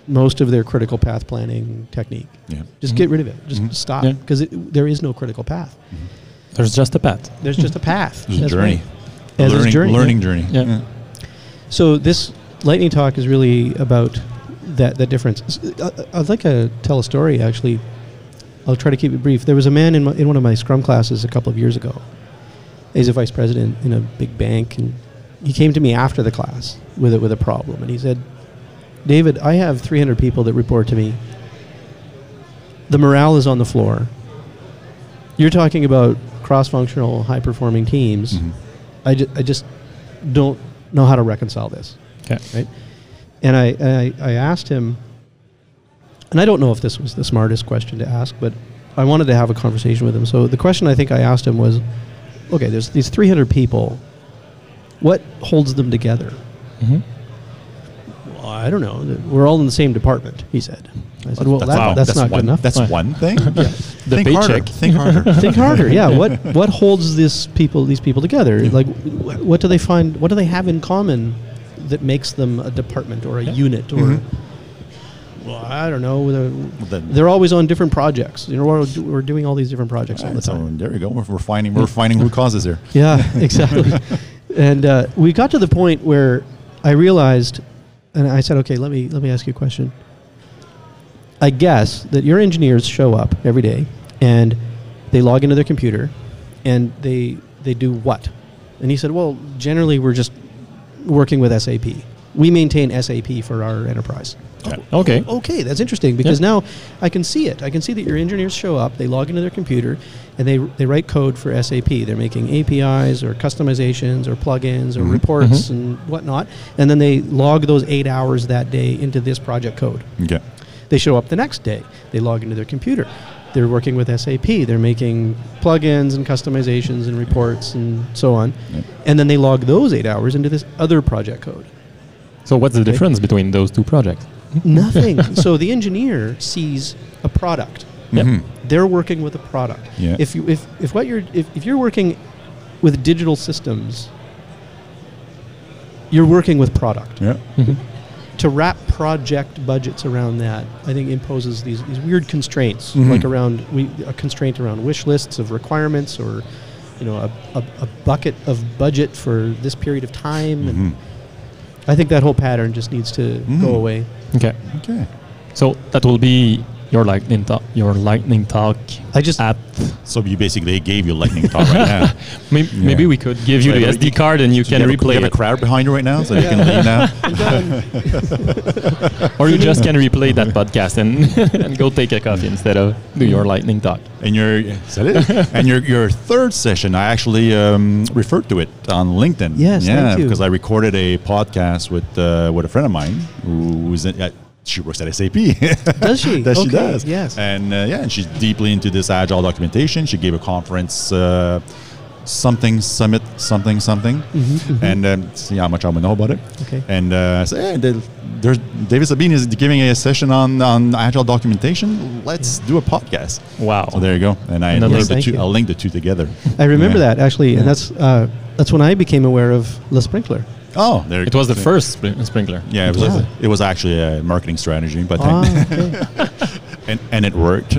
[SPEAKER 4] most of their critical path planning technique.
[SPEAKER 2] Yeah.
[SPEAKER 4] Just get rid of it. Just stop
[SPEAKER 3] Yeah.
[SPEAKER 4] because there is no critical path.
[SPEAKER 3] There's just a path.
[SPEAKER 4] There's just a path.
[SPEAKER 2] It's a
[SPEAKER 4] That's
[SPEAKER 2] journey.
[SPEAKER 4] right. As is
[SPEAKER 2] learning
[SPEAKER 4] journey, yeah.
[SPEAKER 2] learning journey.
[SPEAKER 3] Yeah.
[SPEAKER 4] So this lightning talk is really about that that difference. S- I- I'd like to tell a story. Actually, I'll try to keep it brief. There was a man in, my, in one of my Scrum classes a couple of years ago. He's a vice president in a big bank, and he came to me after the class with a, with a problem, and he said, "David, I have 300 people that report to me. The morale is on the floor. You're talking about cross-functional, high-performing teams."
[SPEAKER 2] Mhm.
[SPEAKER 4] I, ju- I just don't know how to reconcile this.
[SPEAKER 3] Okay.
[SPEAKER 4] Right. And I, I, I asked him, and I don't know if this was the smartest question to ask, but I wanted to have a conversation with him. So the question I think I asked him was, okay, there's these 300 people. What holds them together?
[SPEAKER 3] hmm
[SPEAKER 2] Mm-hmm.
[SPEAKER 4] Well, I don't know. We're all in the same department, he said. I said, well,
[SPEAKER 2] That's-
[SPEAKER 4] that,
[SPEAKER 2] wow,
[SPEAKER 4] that's, not
[SPEAKER 2] one,
[SPEAKER 4] good enough.
[SPEAKER 2] That's
[SPEAKER 3] Right.
[SPEAKER 2] one thing.
[SPEAKER 3] The
[SPEAKER 2] Think harder.
[SPEAKER 3] paycheck.
[SPEAKER 2] Think harder.
[SPEAKER 4] think harder. Yeah. What what holds this people these people together? Like, wh- what do they find? What do they have in common that makes them a department or a unit or?
[SPEAKER 2] Mhm.
[SPEAKER 4] Well, I don't know. They're,
[SPEAKER 2] Then-
[SPEAKER 4] they're always on different projects. You know, we're, do- we're doing all these different projects all the
[SPEAKER 2] So
[SPEAKER 4] time.
[SPEAKER 2] there you go. We're, we're finding we're finding root causes here.
[SPEAKER 4] Yeah, exactly. and uh, we got to the point where I realized, and I said, okay, let me let me ask you a question. I guess that your engineers show up every day and they log into their computer and they they do what? And he said, well, generally we're just working with SAP. We maintain SAP for our enterprise.
[SPEAKER 3] Okay.
[SPEAKER 4] Okay, that's interesting because now I can see it. I can see that your engineers show up, they log into their computer, and they, they write code for SAP. They're making APIs or customizations or plugins or reports and whatnot. And then they log those eight hours that day into this project code.
[SPEAKER 2] Okay.
[SPEAKER 4] They show up the next day. They log into their computer. They're working with SAP. They're making plugins and customizations and reports and so on.
[SPEAKER 2] Yep.
[SPEAKER 4] And then they log those eight hours into this other project code.
[SPEAKER 3] So what's the difference between those two projects?
[SPEAKER 4] Nothing. so the engineer sees a product.
[SPEAKER 3] Yep.
[SPEAKER 2] Mhm.
[SPEAKER 4] They're working with a product.
[SPEAKER 2] Yeah.
[SPEAKER 4] If you if, if what you're if, if you're working with digital systems, you're working with product.
[SPEAKER 2] Yeah.
[SPEAKER 3] Mm-hmm.
[SPEAKER 4] To wrap project budgets around that, I think imposes these, these weird constraints,
[SPEAKER 2] Mm-hmm.
[SPEAKER 4] like around we a constraint around wish lists of requirements or you know, a, a, a bucket of budget for this period of time.
[SPEAKER 2] Mm-hmm.
[SPEAKER 4] And I think that whole pattern just needs to go away.
[SPEAKER 3] Okay.
[SPEAKER 2] Okay.
[SPEAKER 3] So that will be your lightning talk. Your lightning talk.
[SPEAKER 4] I just-
[SPEAKER 3] at
[SPEAKER 2] So you basically gave your lightning talk right now.
[SPEAKER 3] may- maybe we could give you
[SPEAKER 2] Wait,
[SPEAKER 3] the
[SPEAKER 2] wait, you-
[SPEAKER 3] SD card and you
[SPEAKER 2] Do
[SPEAKER 3] can
[SPEAKER 2] have a-
[SPEAKER 3] replay
[SPEAKER 2] you have
[SPEAKER 3] it,
[SPEAKER 2] a crowd behind you right now, so you can leave now.
[SPEAKER 3] or you just can replay that podcast and and go take a coffee instead of do your lightning talk.
[SPEAKER 2] And your is that it? and your your third session, I actually um, referred to it on LinkedIn.
[SPEAKER 4] Yes,
[SPEAKER 2] yeah,
[SPEAKER 4] thank you.
[SPEAKER 2] because I recorded a podcast with uh, with a friend of mine who's in, uh, she works at SAP.
[SPEAKER 4] Does she?
[SPEAKER 2] that she
[SPEAKER 4] Okay,
[SPEAKER 2] does.
[SPEAKER 4] Yes.
[SPEAKER 2] and uh, yeah, and she's deeply into this agile documentation. She gave a conference. Uh, Something summit, something something, and um, see how much I would know about it.
[SPEAKER 4] Mm-hmm, Okay.
[SPEAKER 2] And uh, so, yeah, they- there's David Sabine is giving a session on on agile documentation. Let's do a podcast.
[SPEAKER 3] Wow.
[SPEAKER 2] So there you go. And I
[SPEAKER 3] Another-
[SPEAKER 2] linked the
[SPEAKER 4] Thank
[SPEAKER 2] two.
[SPEAKER 4] you.
[SPEAKER 2] I linked the two together.
[SPEAKER 4] I remember
[SPEAKER 2] Yeah.
[SPEAKER 4] that actually, and that's uh, that's when I became aware of Le Sprinkler.
[SPEAKER 2] Oh, there you
[SPEAKER 3] It
[SPEAKER 2] go.
[SPEAKER 3] was the first sprin- sprinkler.
[SPEAKER 2] Yeah, it was.
[SPEAKER 4] Yeah.
[SPEAKER 2] It was actually a marketing strategy, but
[SPEAKER 4] Ah, okay.
[SPEAKER 2] and and it worked.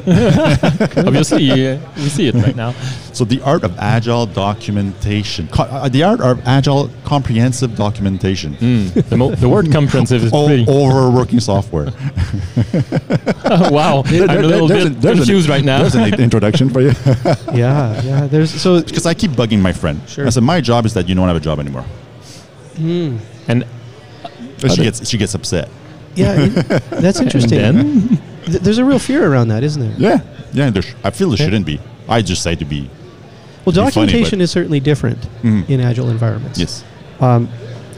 [SPEAKER 3] Obviously, uh, we see it right now.
[SPEAKER 2] so the art of agile documentation, co- uh, the art of agile comprehensive documentation.
[SPEAKER 3] Mm, the, mo- the word comprehensive is
[SPEAKER 2] O-
[SPEAKER 3] pretty.
[SPEAKER 2] overworking software.
[SPEAKER 3] wow, I'm a little
[SPEAKER 2] There's
[SPEAKER 3] bit
[SPEAKER 2] a- there's an-
[SPEAKER 3] confused right now.
[SPEAKER 2] There's an introduction for you.
[SPEAKER 4] yeah, yeah. There's so
[SPEAKER 2] Because I keep bugging my friend.
[SPEAKER 4] Sure.
[SPEAKER 2] I said, my job is that you don't have a job anymore.
[SPEAKER 3] And
[SPEAKER 2] And she gets she gets upset.
[SPEAKER 4] yeah, it- that's interesting.
[SPEAKER 3] then?
[SPEAKER 4] Th- there's a real fear around that, isn't there?
[SPEAKER 2] Yeah, yeah. There sh- I feel there shouldn't be. I just say to be.
[SPEAKER 4] Well,
[SPEAKER 2] It'd be funny,
[SPEAKER 4] documentation
[SPEAKER 2] but-
[SPEAKER 4] is certainly different
[SPEAKER 2] Mhm.
[SPEAKER 4] in agile environments.
[SPEAKER 2] Yes.
[SPEAKER 4] Um,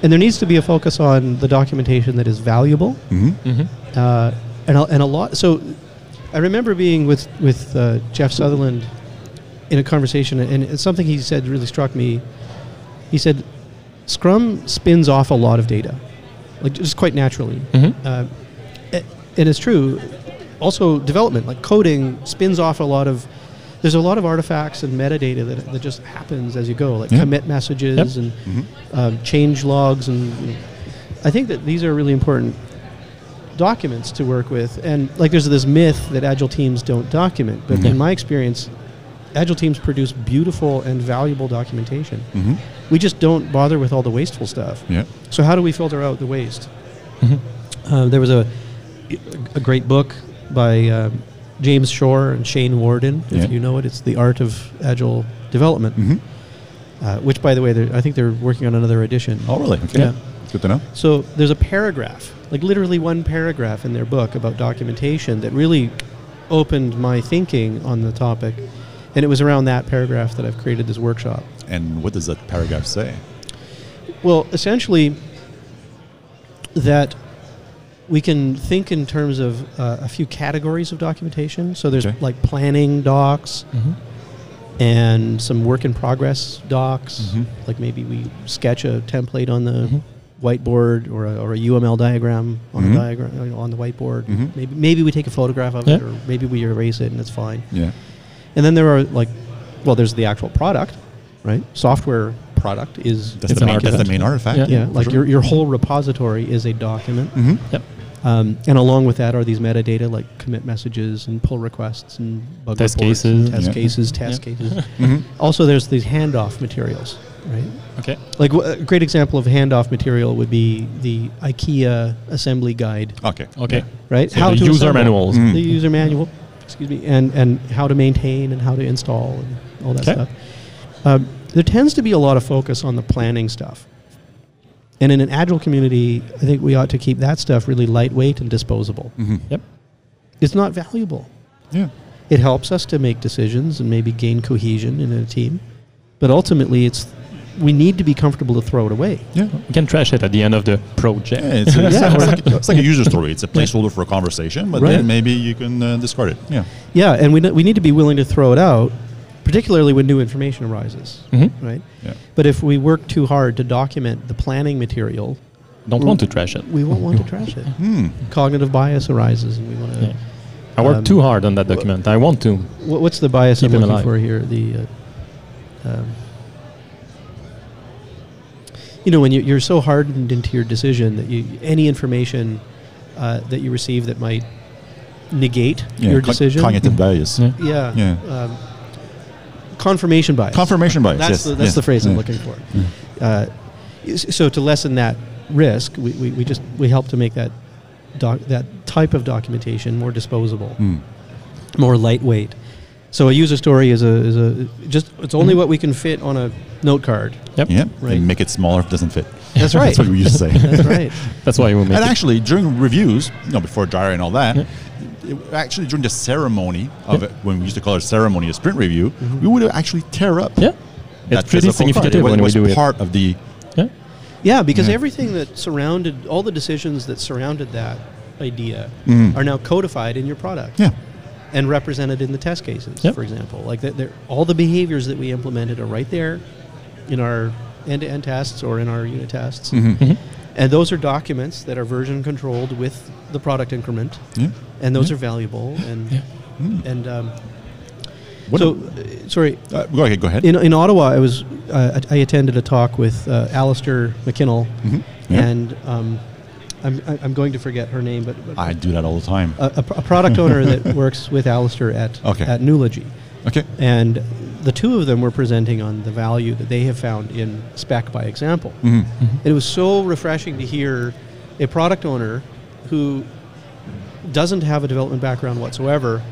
[SPEAKER 4] and there needs to be a focus on the documentation that is valuable.
[SPEAKER 2] Mm-hmm.
[SPEAKER 3] Mm-hmm.
[SPEAKER 4] Uh, and, a, and a lot. So I remember being with with uh, Jeff Sutherland in a conversation, and it's something he said really struck me. He said, "Scrum spins off a lot of data, like just quite naturally."
[SPEAKER 3] Mm-hmm.
[SPEAKER 4] Uh, a- and it's true. Also, development, like coding, spins off a lot of. There's a lot of artifacts and metadata that, that just happens as you go, like
[SPEAKER 2] Yeah.
[SPEAKER 4] commit messages
[SPEAKER 3] Yep.
[SPEAKER 4] and
[SPEAKER 2] Mm-hmm.
[SPEAKER 4] um, change logs, and you know, I think that these are really important documents to work with. And like, there's this myth that agile teams don't document, but in my experience, agile teams produce beautiful and valuable documentation.
[SPEAKER 2] Mhm.
[SPEAKER 4] We just don't bother with all the wasteful stuff.
[SPEAKER 2] Yeah.
[SPEAKER 4] So how do we filter out the waste?
[SPEAKER 2] Mm-hmm.
[SPEAKER 4] Uh, there was a a great book by um, James Shore and Shane Warden. If
[SPEAKER 2] Yeah.
[SPEAKER 4] you know it, it's the art of agile development.
[SPEAKER 2] Mhm.
[SPEAKER 4] Uh, which, by the way, they're- I think they're working on another edition.
[SPEAKER 2] Oh, really? Okay.
[SPEAKER 4] Yeah.
[SPEAKER 2] It's good to know.
[SPEAKER 4] So there's a paragraph, like literally one paragraph in their book about documentation that really opened my thinking on the topic. And it was around that paragraph that I've created this workshop.
[SPEAKER 2] And what does that paragraph say?
[SPEAKER 4] Well, essentially, that we can think in terms of uh, a few categories of documentation. So there's
[SPEAKER 2] Okay.
[SPEAKER 4] like planning docs and some work in progress docs.
[SPEAKER 2] Mm-hmm.
[SPEAKER 4] Like maybe we sketch a template on the
[SPEAKER 2] Mm-hmm.
[SPEAKER 4] whiteboard or a, or a UML diagram on
[SPEAKER 2] Mhm.
[SPEAKER 4] the diagram you know, on the whiteboard.
[SPEAKER 2] Mhm.
[SPEAKER 4] Maybe maybe we take a photograph of it
[SPEAKER 3] Yeah.
[SPEAKER 4] or maybe we erase it and it's fine.
[SPEAKER 2] Yeah.
[SPEAKER 4] And then there are like, well, there's the actual product, right? Software product is
[SPEAKER 2] That's,
[SPEAKER 3] It's
[SPEAKER 2] the
[SPEAKER 3] an
[SPEAKER 2] main, that's the
[SPEAKER 3] artifact.
[SPEAKER 2] main artifact.
[SPEAKER 3] Yeah.
[SPEAKER 4] yeah, like
[SPEAKER 2] sure.
[SPEAKER 4] your, your whole repository is a document.
[SPEAKER 2] Mhm.
[SPEAKER 3] Yep.
[SPEAKER 4] Um, and along with that are these metadata like commit messages and pull requests and bug
[SPEAKER 3] Test
[SPEAKER 4] reports and
[SPEAKER 3] cases.
[SPEAKER 4] test
[SPEAKER 2] Yeah.
[SPEAKER 4] cases, test
[SPEAKER 3] Yeah.
[SPEAKER 4] cases.
[SPEAKER 2] Mhm.
[SPEAKER 4] Also, there's these handoff materials, right?
[SPEAKER 3] Okay.
[SPEAKER 4] Like w- a great example of handoff material would be the IKEA assembly guide,
[SPEAKER 2] Okay.
[SPEAKER 3] Okay.
[SPEAKER 4] right?
[SPEAKER 3] So the
[SPEAKER 4] to
[SPEAKER 3] user
[SPEAKER 4] assemble.
[SPEAKER 3] manuals.
[SPEAKER 2] Mm.
[SPEAKER 4] the user manual, excuse me, and, and how to maintain and how to install and all that
[SPEAKER 3] Okay.
[SPEAKER 4] stuff. Um, there tends to be a lot of focus on the planning stuff. And in an agile community, I think we ought to keep that stuff really lightweight and disposable.
[SPEAKER 2] Mhm.
[SPEAKER 3] Yep.
[SPEAKER 4] It's not valuable.
[SPEAKER 2] Yeah.
[SPEAKER 4] It helps us to make decisions and maybe gain cohesion in a team. But ultimately, it's we need to be comfortable to throw it away.
[SPEAKER 2] Yeah.
[SPEAKER 3] We can trash it at the end of the project.
[SPEAKER 2] Yeah, it's, it's,
[SPEAKER 4] Yeah.
[SPEAKER 2] it's like, it's like a user story. It's a placeholder for a conversation, but
[SPEAKER 4] Right.
[SPEAKER 2] then maybe you can uh, discard it. Yeah.
[SPEAKER 4] Yeah, and we, we need to be willing to throw it out, particularly when new information arises,
[SPEAKER 3] Mhm.
[SPEAKER 4] right?
[SPEAKER 2] Yeah.
[SPEAKER 4] But if we work too hard to document the planning material,
[SPEAKER 3] Don't want to trash it.
[SPEAKER 4] we won't want to trash it.
[SPEAKER 2] Hmm.
[SPEAKER 4] Cognitive bias arises, and we want to.
[SPEAKER 3] Yeah. I worked
[SPEAKER 4] Um,
[SPEAKER 3] too hard on that document. I want to.
[SPEAKER 4] Wha- what's the bias
[SPEAKER 3] Keep
[SPEAKER 4] I'm
[SPEAKER 3] him
[SPEAKER 4] looking
[SPEAKER 3] alive.
[SPEAKER 4] for here? The. Uh, um, you know, when you, you're so hardened into your decision that you any information uh, that you receive that might negate
[SPEAKER 2] Yeah,
[SPEAKER 4] your
[SPEAKER 2] co-
[SPEAKER 4] decision,
[SPEAKER 2] Cognitive bias.
[SPEAKER 3] Yeah.
[SPEAKER 4] yeah,
[SPEAKER 2] Yeah.
[SPEAKER 4] Um, confirmation bias.
[SPEAKER 2] Confirmation bias.
[SPEAKER 4] That's
[SPEAKER 2] yes,
[SPEAKER 4] the, that's
[SPEAKER 2] yes,
[SPEAKER 4] the phrase I'm
[SPEAKER 2] yeah.
[SPEAKER 4] looking for. Uh, s- so to lessen that risk, we, we, we just we help to make that doc, that type of documentation more disposable,
[SPEAKER 2] Hmm.
[SPEAKER 4] more lightweight. So a user story is a is a just it's only
[SPEAKER 2] Hmm.
[SPEAKER 4] what we can fit on a note card.
[SPEAKER 3] Yep.
[SPEAKER 2] Yeah.
[SPEAKER 4] Right.
[SPEAKER 2] And make it smaller if it doesn't fit.
[SPEAKER 4] That's right.
[SPEAKER 2] That's what we used to say.
[SPEAKER 4] That's right.
[SPEAKER 3] That's why we made
[SPEAKER 2] And
[SPEAKER 3] it.
[SPEAKER 2] actually, during reviews, you know, before Jira and all that, it- actually during the ceremony of it, when we used to call it ceremony, a sprint review, we would actually tear up.
[SPEAKER 3] Yeah.
[SPEAKER 2] that
[SPEAKER 3] It's pretty
[SPEAKER 2] physical card.
[SPEAKER 3] significant
[SPEAKER 2] It
[SPEAKER 3] when we
[SPEAKER 2] was
[SPEAKER 3] do it.
[SPEAKER 2] part of the
[SPEAKER 3] Yeah.
[SPEAKER 4] Yeah, because
[SPEAKER 2] Yeah.
[SPEAKER 4] everything that surrounded all the decisions that surrounded that idea are now codified in your product.
[SPEAKER 2] Hmm. yeah.
[SPEAKER 4] and represented in the test cases,
[SPEAKER 3] Yep.
[SPEAKER 4] for example. Like that, they're- all the behaviors that we implemented are right there in our end-to-end tests or in our unit tests,
[SPEAKER 2] Mm-hmm.
[SPEAKER 3] Mm-hmm.
[SPEAKER 4] and those are documents that are version controlled with the product increment,
[SPEAKER 2] Yeah.
[SPEAKER 4] and those
[SPEAKER 2] Mm-hmm.
[SPEAKER 4] are valuable. And and um,
[SPEAKER 2] Mm. What
[SPEAKER 4] so,
[SPEAKER 2] a-
[SPEAKER 4] uh, sorry.
[SPEAKER 2] uh, go ahead. Go ahead.
[SPEAKER 4] In, in Ottawa, I was uh, I I attended a talk with uh, Alistair McKinnell,
[SPEAKER 2] Mm-hmm. Yeah.
[SPEAKER 4] and um, I'm, I- I'm going to forget her name, but, but
[SPEAKER 2] I do that all the time.
[SPEAKER 4] a, a, pr- a product owner that works with Alistair at
[SPEAKER 2] Okay.
[SPEAKER 4] at Newlogy.
[SPEAKER 2] Uh, okay.
[SPEAKER 4] And the two of them were presenting on the value that they have found in spec by example.
[SPEAKER 2] Mm-hmm.
[SPEAKER 4] And it was so refreshing to hear a product owner who doesn't have a development background whatsoever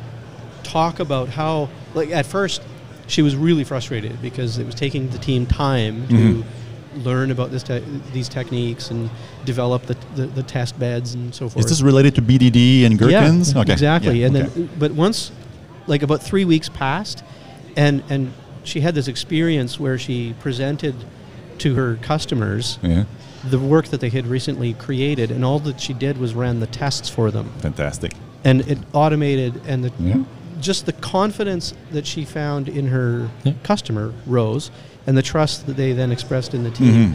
[SPEAKER 4] talk about how, like, at first, she was really frustrated because it was taking the team time to
[SPEAKER 2] Mm-hmm.
[SPEAKER 4] learn about this te- these techniques and develop the, the, the test beds and so forth.
[SPEAKER 2] Is this related to BDD and Gherkins?
[SPEAKER 4] Yeah,
[SPEAKER 2] okay.
[SPEAKER 4] exactly.
[SPEAKER 2] Yeah,
[SPEAKER 4] and
[SPEAKER 2] okay.
[SPEAKER 4] then, but once, like about three weeks passed, and and she had this experience where she presented to her customers
[SPEAKER 2] Yeah.
[SPEAKER 4] the work that they had recently created, and all that she did was ran the tests for them,
[SPEAKER 2] Fantastic.
[SPEAKER 4] and it automated, and the
[SPEAKER 2] Yeah.
[SPEAKER 4] just the confidence that she found in her
[SPEAKER 3] Yeah.
[SPEAKER 4] customer rose, and the trust that they then expressed in the team.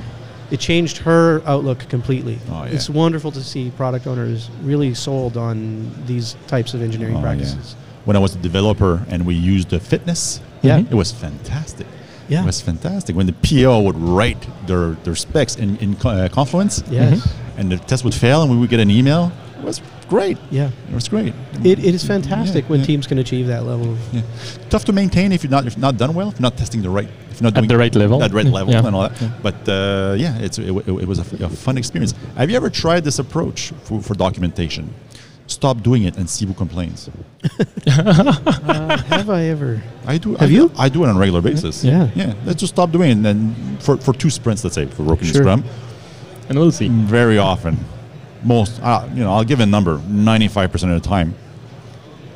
[SPEAKER 4] It changed her outlook completely.
[SPEAKER 2] Mm-hmm. Oh, yeah.
[SPEAKER 4] It's wonderful to see product owners really sold on these types of engineering
[SPEAKER 2] Oh, yeah.
[SPEAKER 4] practices.
[SPEAKER 2] When I was a developer and we used the fitness,
[SPEAKER 4] Yeah.
[SPEAKER 2] it was fantastic.
[SPEAKER 4] Yeah.
[SPEAKER 2] It was fantastic. When the PO would write their, their specs in, in Co- uh, Confluence
[SPEAKER 4] Yes.
[SPEAKER 2] and the test would fail and we would get an email, it was great.
[SPEAKER 4] Yeah.
[SPEAKER 2] It was great.
[SPEAKER 4] It, it is fantastic when
[SPEAKER 2] yeah.
[SPEAKER 4] teams can achieve that level. of-
[SPEAKER 2] Yeah. Tough to maintain if you're not if not done well, if you're not testing the right, if you're not
[SPEAKER 3] At the right level.
[SPEAKER 2] at right
[SPEAKER 3] Mm,
[SPEAKER 2] level
[SPEAKER 3] yeah.
[SPEAKER 2] and all that. But uh, yeah, it's it, wa- it was a, f- a fun experience. Have you ever tried this approach for, for documentation? Stop doing it and see who complains.
[SPEAKER 4] Uh, have I ever?
[SPEAKER 2] I do.
[SPEAKER 4] Have
[SPEAKER 2] I,
[SPEAKER 4] you?
[SPEAKER 2] I do it on a regular basis.
[SPEAKER 4] Yeah.
[SPEAKER 2] Yeah. Let's just stop doing it. And then for, for two sprints, let's say, for working
[SPEAKER 4] Sure.
[SPEAKER 2] Scrum,
[SPEAKER 3] and we'll see.
[SPEAKER 2] very often, most, uh, you know, I'll give a number 95% of the time,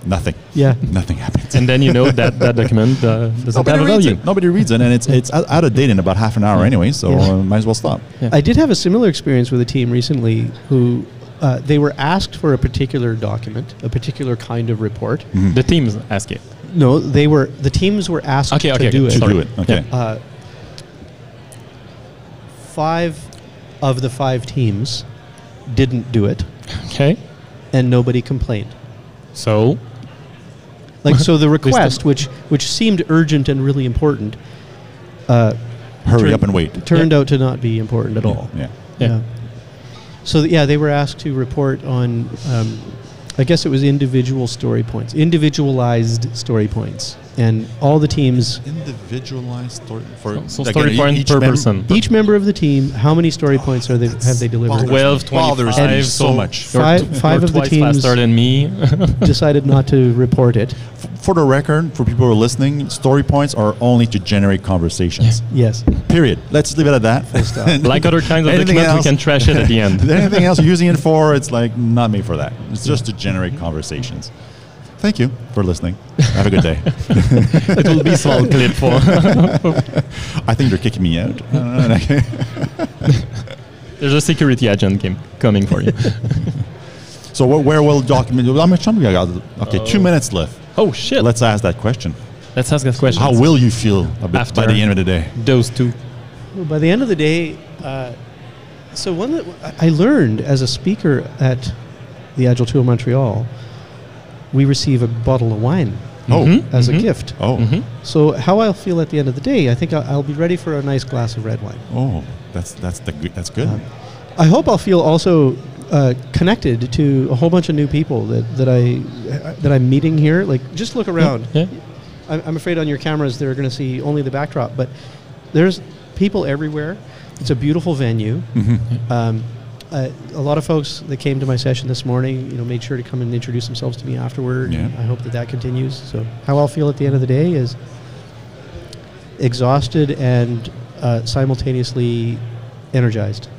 [SPEAKER 2] nothing.
[SPEAKER 4] Yeah.
[SPEAKER 2] Nothing happens.
[SPEAKER 3] And then you know that that document uh, doesn't
[SPEAKER 2] Nobody
[SPEAKER 3] have a
[SPEAKER 2] reads,
[SPEAKER 3] value.
[SPEAKER 2] it. Nobody reads it, and it's it's out out of date in about half an hour anyway. So
[SPEAKER 4] Yeah.
[SPEAKER 2] uh, might as well stop.
[SPEAKER 3] Yeah.
[SPEAKER 4] I did have a similar experience with a team recently who uh, they were asked for a particular document, a particular kind of report.
[SPEAKER 3] The teams ask it.
[SPEAKER 4] No, they were the teams were asked
[SPEAKER 3] Okay,
[SPEAKER 4] to
[SPEAKER 3] okay,
[SPEAKER 4] do
[SPEAKER 3] okay.
[SPEAKER 4] it.
[SPEAKER 2] To
[SPEAKER 3] Sorry.
[SPEAKER 2] do it. Okay.
[SPEAKER 4] Uh, five of the five teams didn't do it,
[SPEAKER 3] Okay.
[SPEAKER 4] and nobody complained.
[SPEAKER 3] So
[SPEAKER 4] Like
[SPEAKER 3] Uh-huh.
[SPEAKER 4] so, the
[SPEAKER 3] still-
[SPEAKER 4] request, which which seemed urgent and really important, uh,
[SPEAKER 2] Hurry
[SPEAKER 4] turn-
[SPEAKER 2] up and wait.
[SPEAKER 4] Turned out to not be important at all.
[SPEAKER 2] Yeah.
[SPEAKER 3] yeah.
[SPEAKER 4] So th- yeah, they were asked to report on. Um, I guess it was individual story points, individualized story points, and all the teams,
[SPEAKER 2] Individualized story for e-,
[SPEAKER 3] So- so like, story uh, point each per member- person.
[SPEAKER 4] each member of the team, how many story points are they have they delivered?
[SPEAKER 3] bothers- 12,
[SPEAKER 2] bothers
[SPEAKER 3] 25,
[SPEAKER 2] me
[SPEAKER 3] and
[SPEAKER 2] so
[SPEAKER 3] so-
[SPEAKER 2] much.
[SPEAKER 3] You're
[SPEAKER 4] Five-
[SPEAKER 3] tw-
[SPEAKER 4] five
[SPEAKER 3] you're
[SPEAKER 4] of the
[SPEAKER 3] twice
[SPEAKER 4] teams-
[SPEAKER 3] faster than me.
[SPEAKER 4] Decided not to report it.
[SPEAKER 2] For the record, for people who are listening, story points are only to generate conversations.
[SPEAKER 4] Yes.
[SPEAKER 2] Period. Let's leave it at that.
[SPEAKER 4] stop.
[SPEAKER 2] And
[SPEAKER 3] like other kinds of
[SPEAKER 2] anything
[SPEAKER 3] documents, we
[SPEAKER 2] else-
[SPEAKER 3] can trash it at the end.
[SPEAKER 2] anything else you're using it for, it's like not made for that. It's just to generate conversations. Thank you for listening. Have a good day.
[SPEAKER 3] it will be small clip for.
[SPEAKER 2] I think they're kicking me out. Uh,
[SPEAKER 3] There's a security agent game coming for you.
[SPEAKER 2] so where, where will document? How much time we got? Okay, two minutes left.
[SPEAKER 3] oh shit! Let's,
[SPEAKER 2] Let's ask that question.
[SPEAKER 3] ask that question.
[SPEAKER 2] How will you feel a bit by
[SPEAKER 3] After.
[SPEAKER 2] the end of the day?
[SPEAKER 3] those two?
[SPEAKER 4] Well, by the end of the day, uh, so one that I learned as a speaker at the Agile Tour Montreal, we receive a bottle of wine
[SPEAKER 2] Oh,
[SPEAKER 3] Mhm.
[SPEAKER 4] as a gift.
[SPEAKER 2] oh,
[SPEAKER 3] Mm-hmm.
[SPEAKER 4] So how I'll feel at the end of the day, I think I'll, I'll be ready for a nice glass of red wine. Um,
[SPEAKER 2] oh. That's that's the good. That's good.
[SPEAKER 4] I hope I'll feel also uh, connected to a whole bunch of new people that, that I that I'm meeting here. Like just look around.
[SPEAKER 3] Yeah.
[SPEAKER 4] I'm, I'm afraid on your cameras they're going to see only the backdrop, but there's people everywhere. It's a beautiful venue.
[SPEAKER 2] Mm-hmm.
[SPEAKER 4] Um, uh, a lot of folks that came to my session this morning, you know, made sure to come and introduce themselves to me afterward.
[SPEAKER 2] Yeah.
[SPEAKER 4] I hope that that continues. So how I'll feel at the end of the day is exhausted and uh, simultaneously energized.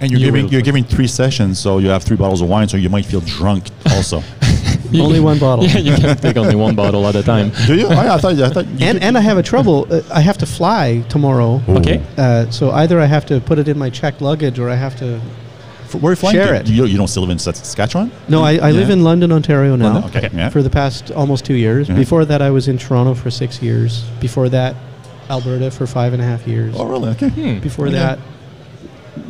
[SPEAKER 2] And you're
[SPEAKER 3] You
[SPEAKER 2] giving
[SPEAKER 3] will.
[SPEAKER 2] you're giving three sessions, so you have three bottles of wine, so you might feel drunk also.
[SPEAKER 3] You-
[SPEAKER 4] Only one bottle.
[SPEAKER 3] Yeah, you can take only one bottle at a time.
[SPEAKER 2] Do you? Oh, I, I thought I thought. You
[SPEAKER 4] And,
[SPEAKER 2] could-
[SPEAKER 4] and I have a trouble. Uh, I have to fly tomorrow.
[SPEAKER 2] Oh.
[SPEAKER 3] Okay.
[SPEAKER 4] Uh, so either I have to put it in my checked luggage or I have to.
[SPEAKER 2] F- where are you flying
[SPEAKER 4] Share
[SPEAKER 2] to?
[SPEAKER 4] it.
[SPEAKER 2] Do You, you don't still live in Saskatchewan?
[SPEAKER 4] No, I, I live
[SPEAKER 2] Yeah.
[SPEAKER 4] in London, Ontario now.
[SPEAKER 2] London? Okay.
[SPEAKER 3] Okay.
[SPEAKER 2] Yeah.
[SPEAKER 4] For the past almost two years.
[SPEAKER 2] Mhm.
[SPEAKER 4] Before that, I was in Toronto for six years. Before that, Alberta for five and a half years.
[SPEAKER 2] oh, really? Okay.
[SPEAKER 3] Hmm.
[SPEAKER 4] Before
[SPEAKER 2] Yeah.
[SPEAKER 4] that,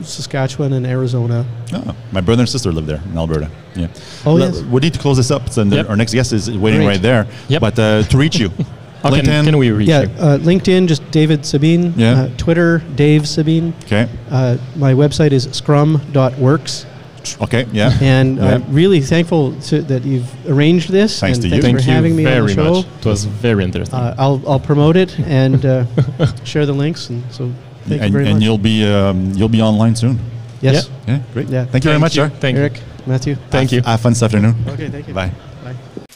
[SPEAKER 4] Saskatchewan and Arizona.
[SPEAKER 2] Oh, my brother and sister live there in Alberta. Yeah.
[SPEAKER 4] Oh,
[SPEAKER 2] Le-
[SPEAKER 4] yes.
[SPEAKER 2] We need to close this up. So
[SPEAKER 3] Yep.
[SPEAKER 2] Our next guest is waiting
[SPEAKER 4] Great.
[SPEAKER 2] right there.
[SPEAKER 3] Yep.
[SPEAKER 2] But uh, to reach you,
[SPEAKER 3] How can,
[SPEAKER 2] LinkedIn.
[SPEAKER 3] can we reach?
[SPEAKER 4] Yeah,
[SPEAKER 3] you?
[SPEAKER 4] uh, LinkedIn, just David Sabine.
[SPEAKER 2] Yeah.
[SPEAKER 4] Uh, Twitter, Dave Sabine.
[SPEAKER 2] Okay.
[SPEAKER 4] Uh, my website is scrum.works.
[SPEAKER 2] Okay. Yeah.
[SPEAKER 4] And uh,
[SPEAKER 2] Yeah.
[SPEAKER 4] I'm really thankful to, that you've arranged this.
[SPEAKER 2] Thanks
[SPEAKER 4] and
[SPEAKER 2] to you.
[SPEAKER 4] thanks
[SPEAKER 3] Thank
[SPEAKER 4] for
[SPEAKER 3] you
[SPEAKER 4] having me
[SPEAKER 3] very
[SPEAKER 4] on the show.
[SPEAKER 3] much. It was very interesting.
[SPEAKER 4] Uh, I'll, I'll promote it and uh, share the links. And so thank
[SPEAKER 2] and
[SPEAKER 4] you very
[SPEAKER 2] and
[SPEAKER 4] much.
[SPEAKER 2] you'll be um, you'll be online soon.
[SPEAKER 4] yes,
[SPEAKER 2] Yeah. Great.
[SPEAKER 4] Yeah.
[SPEAKER 2] Thank you very much, sir.
[SPEAKER 3] Thank you.
[SPEAKER 4] Eric, Matthew.
[SPEAKER 3] Thank you.
[SPEAKER 2] Have fun this afternoon.
[SPEAKER 4] Okay, thank you.
[SPEAKER 2] Bye.
[SPEAKER 4] Bye.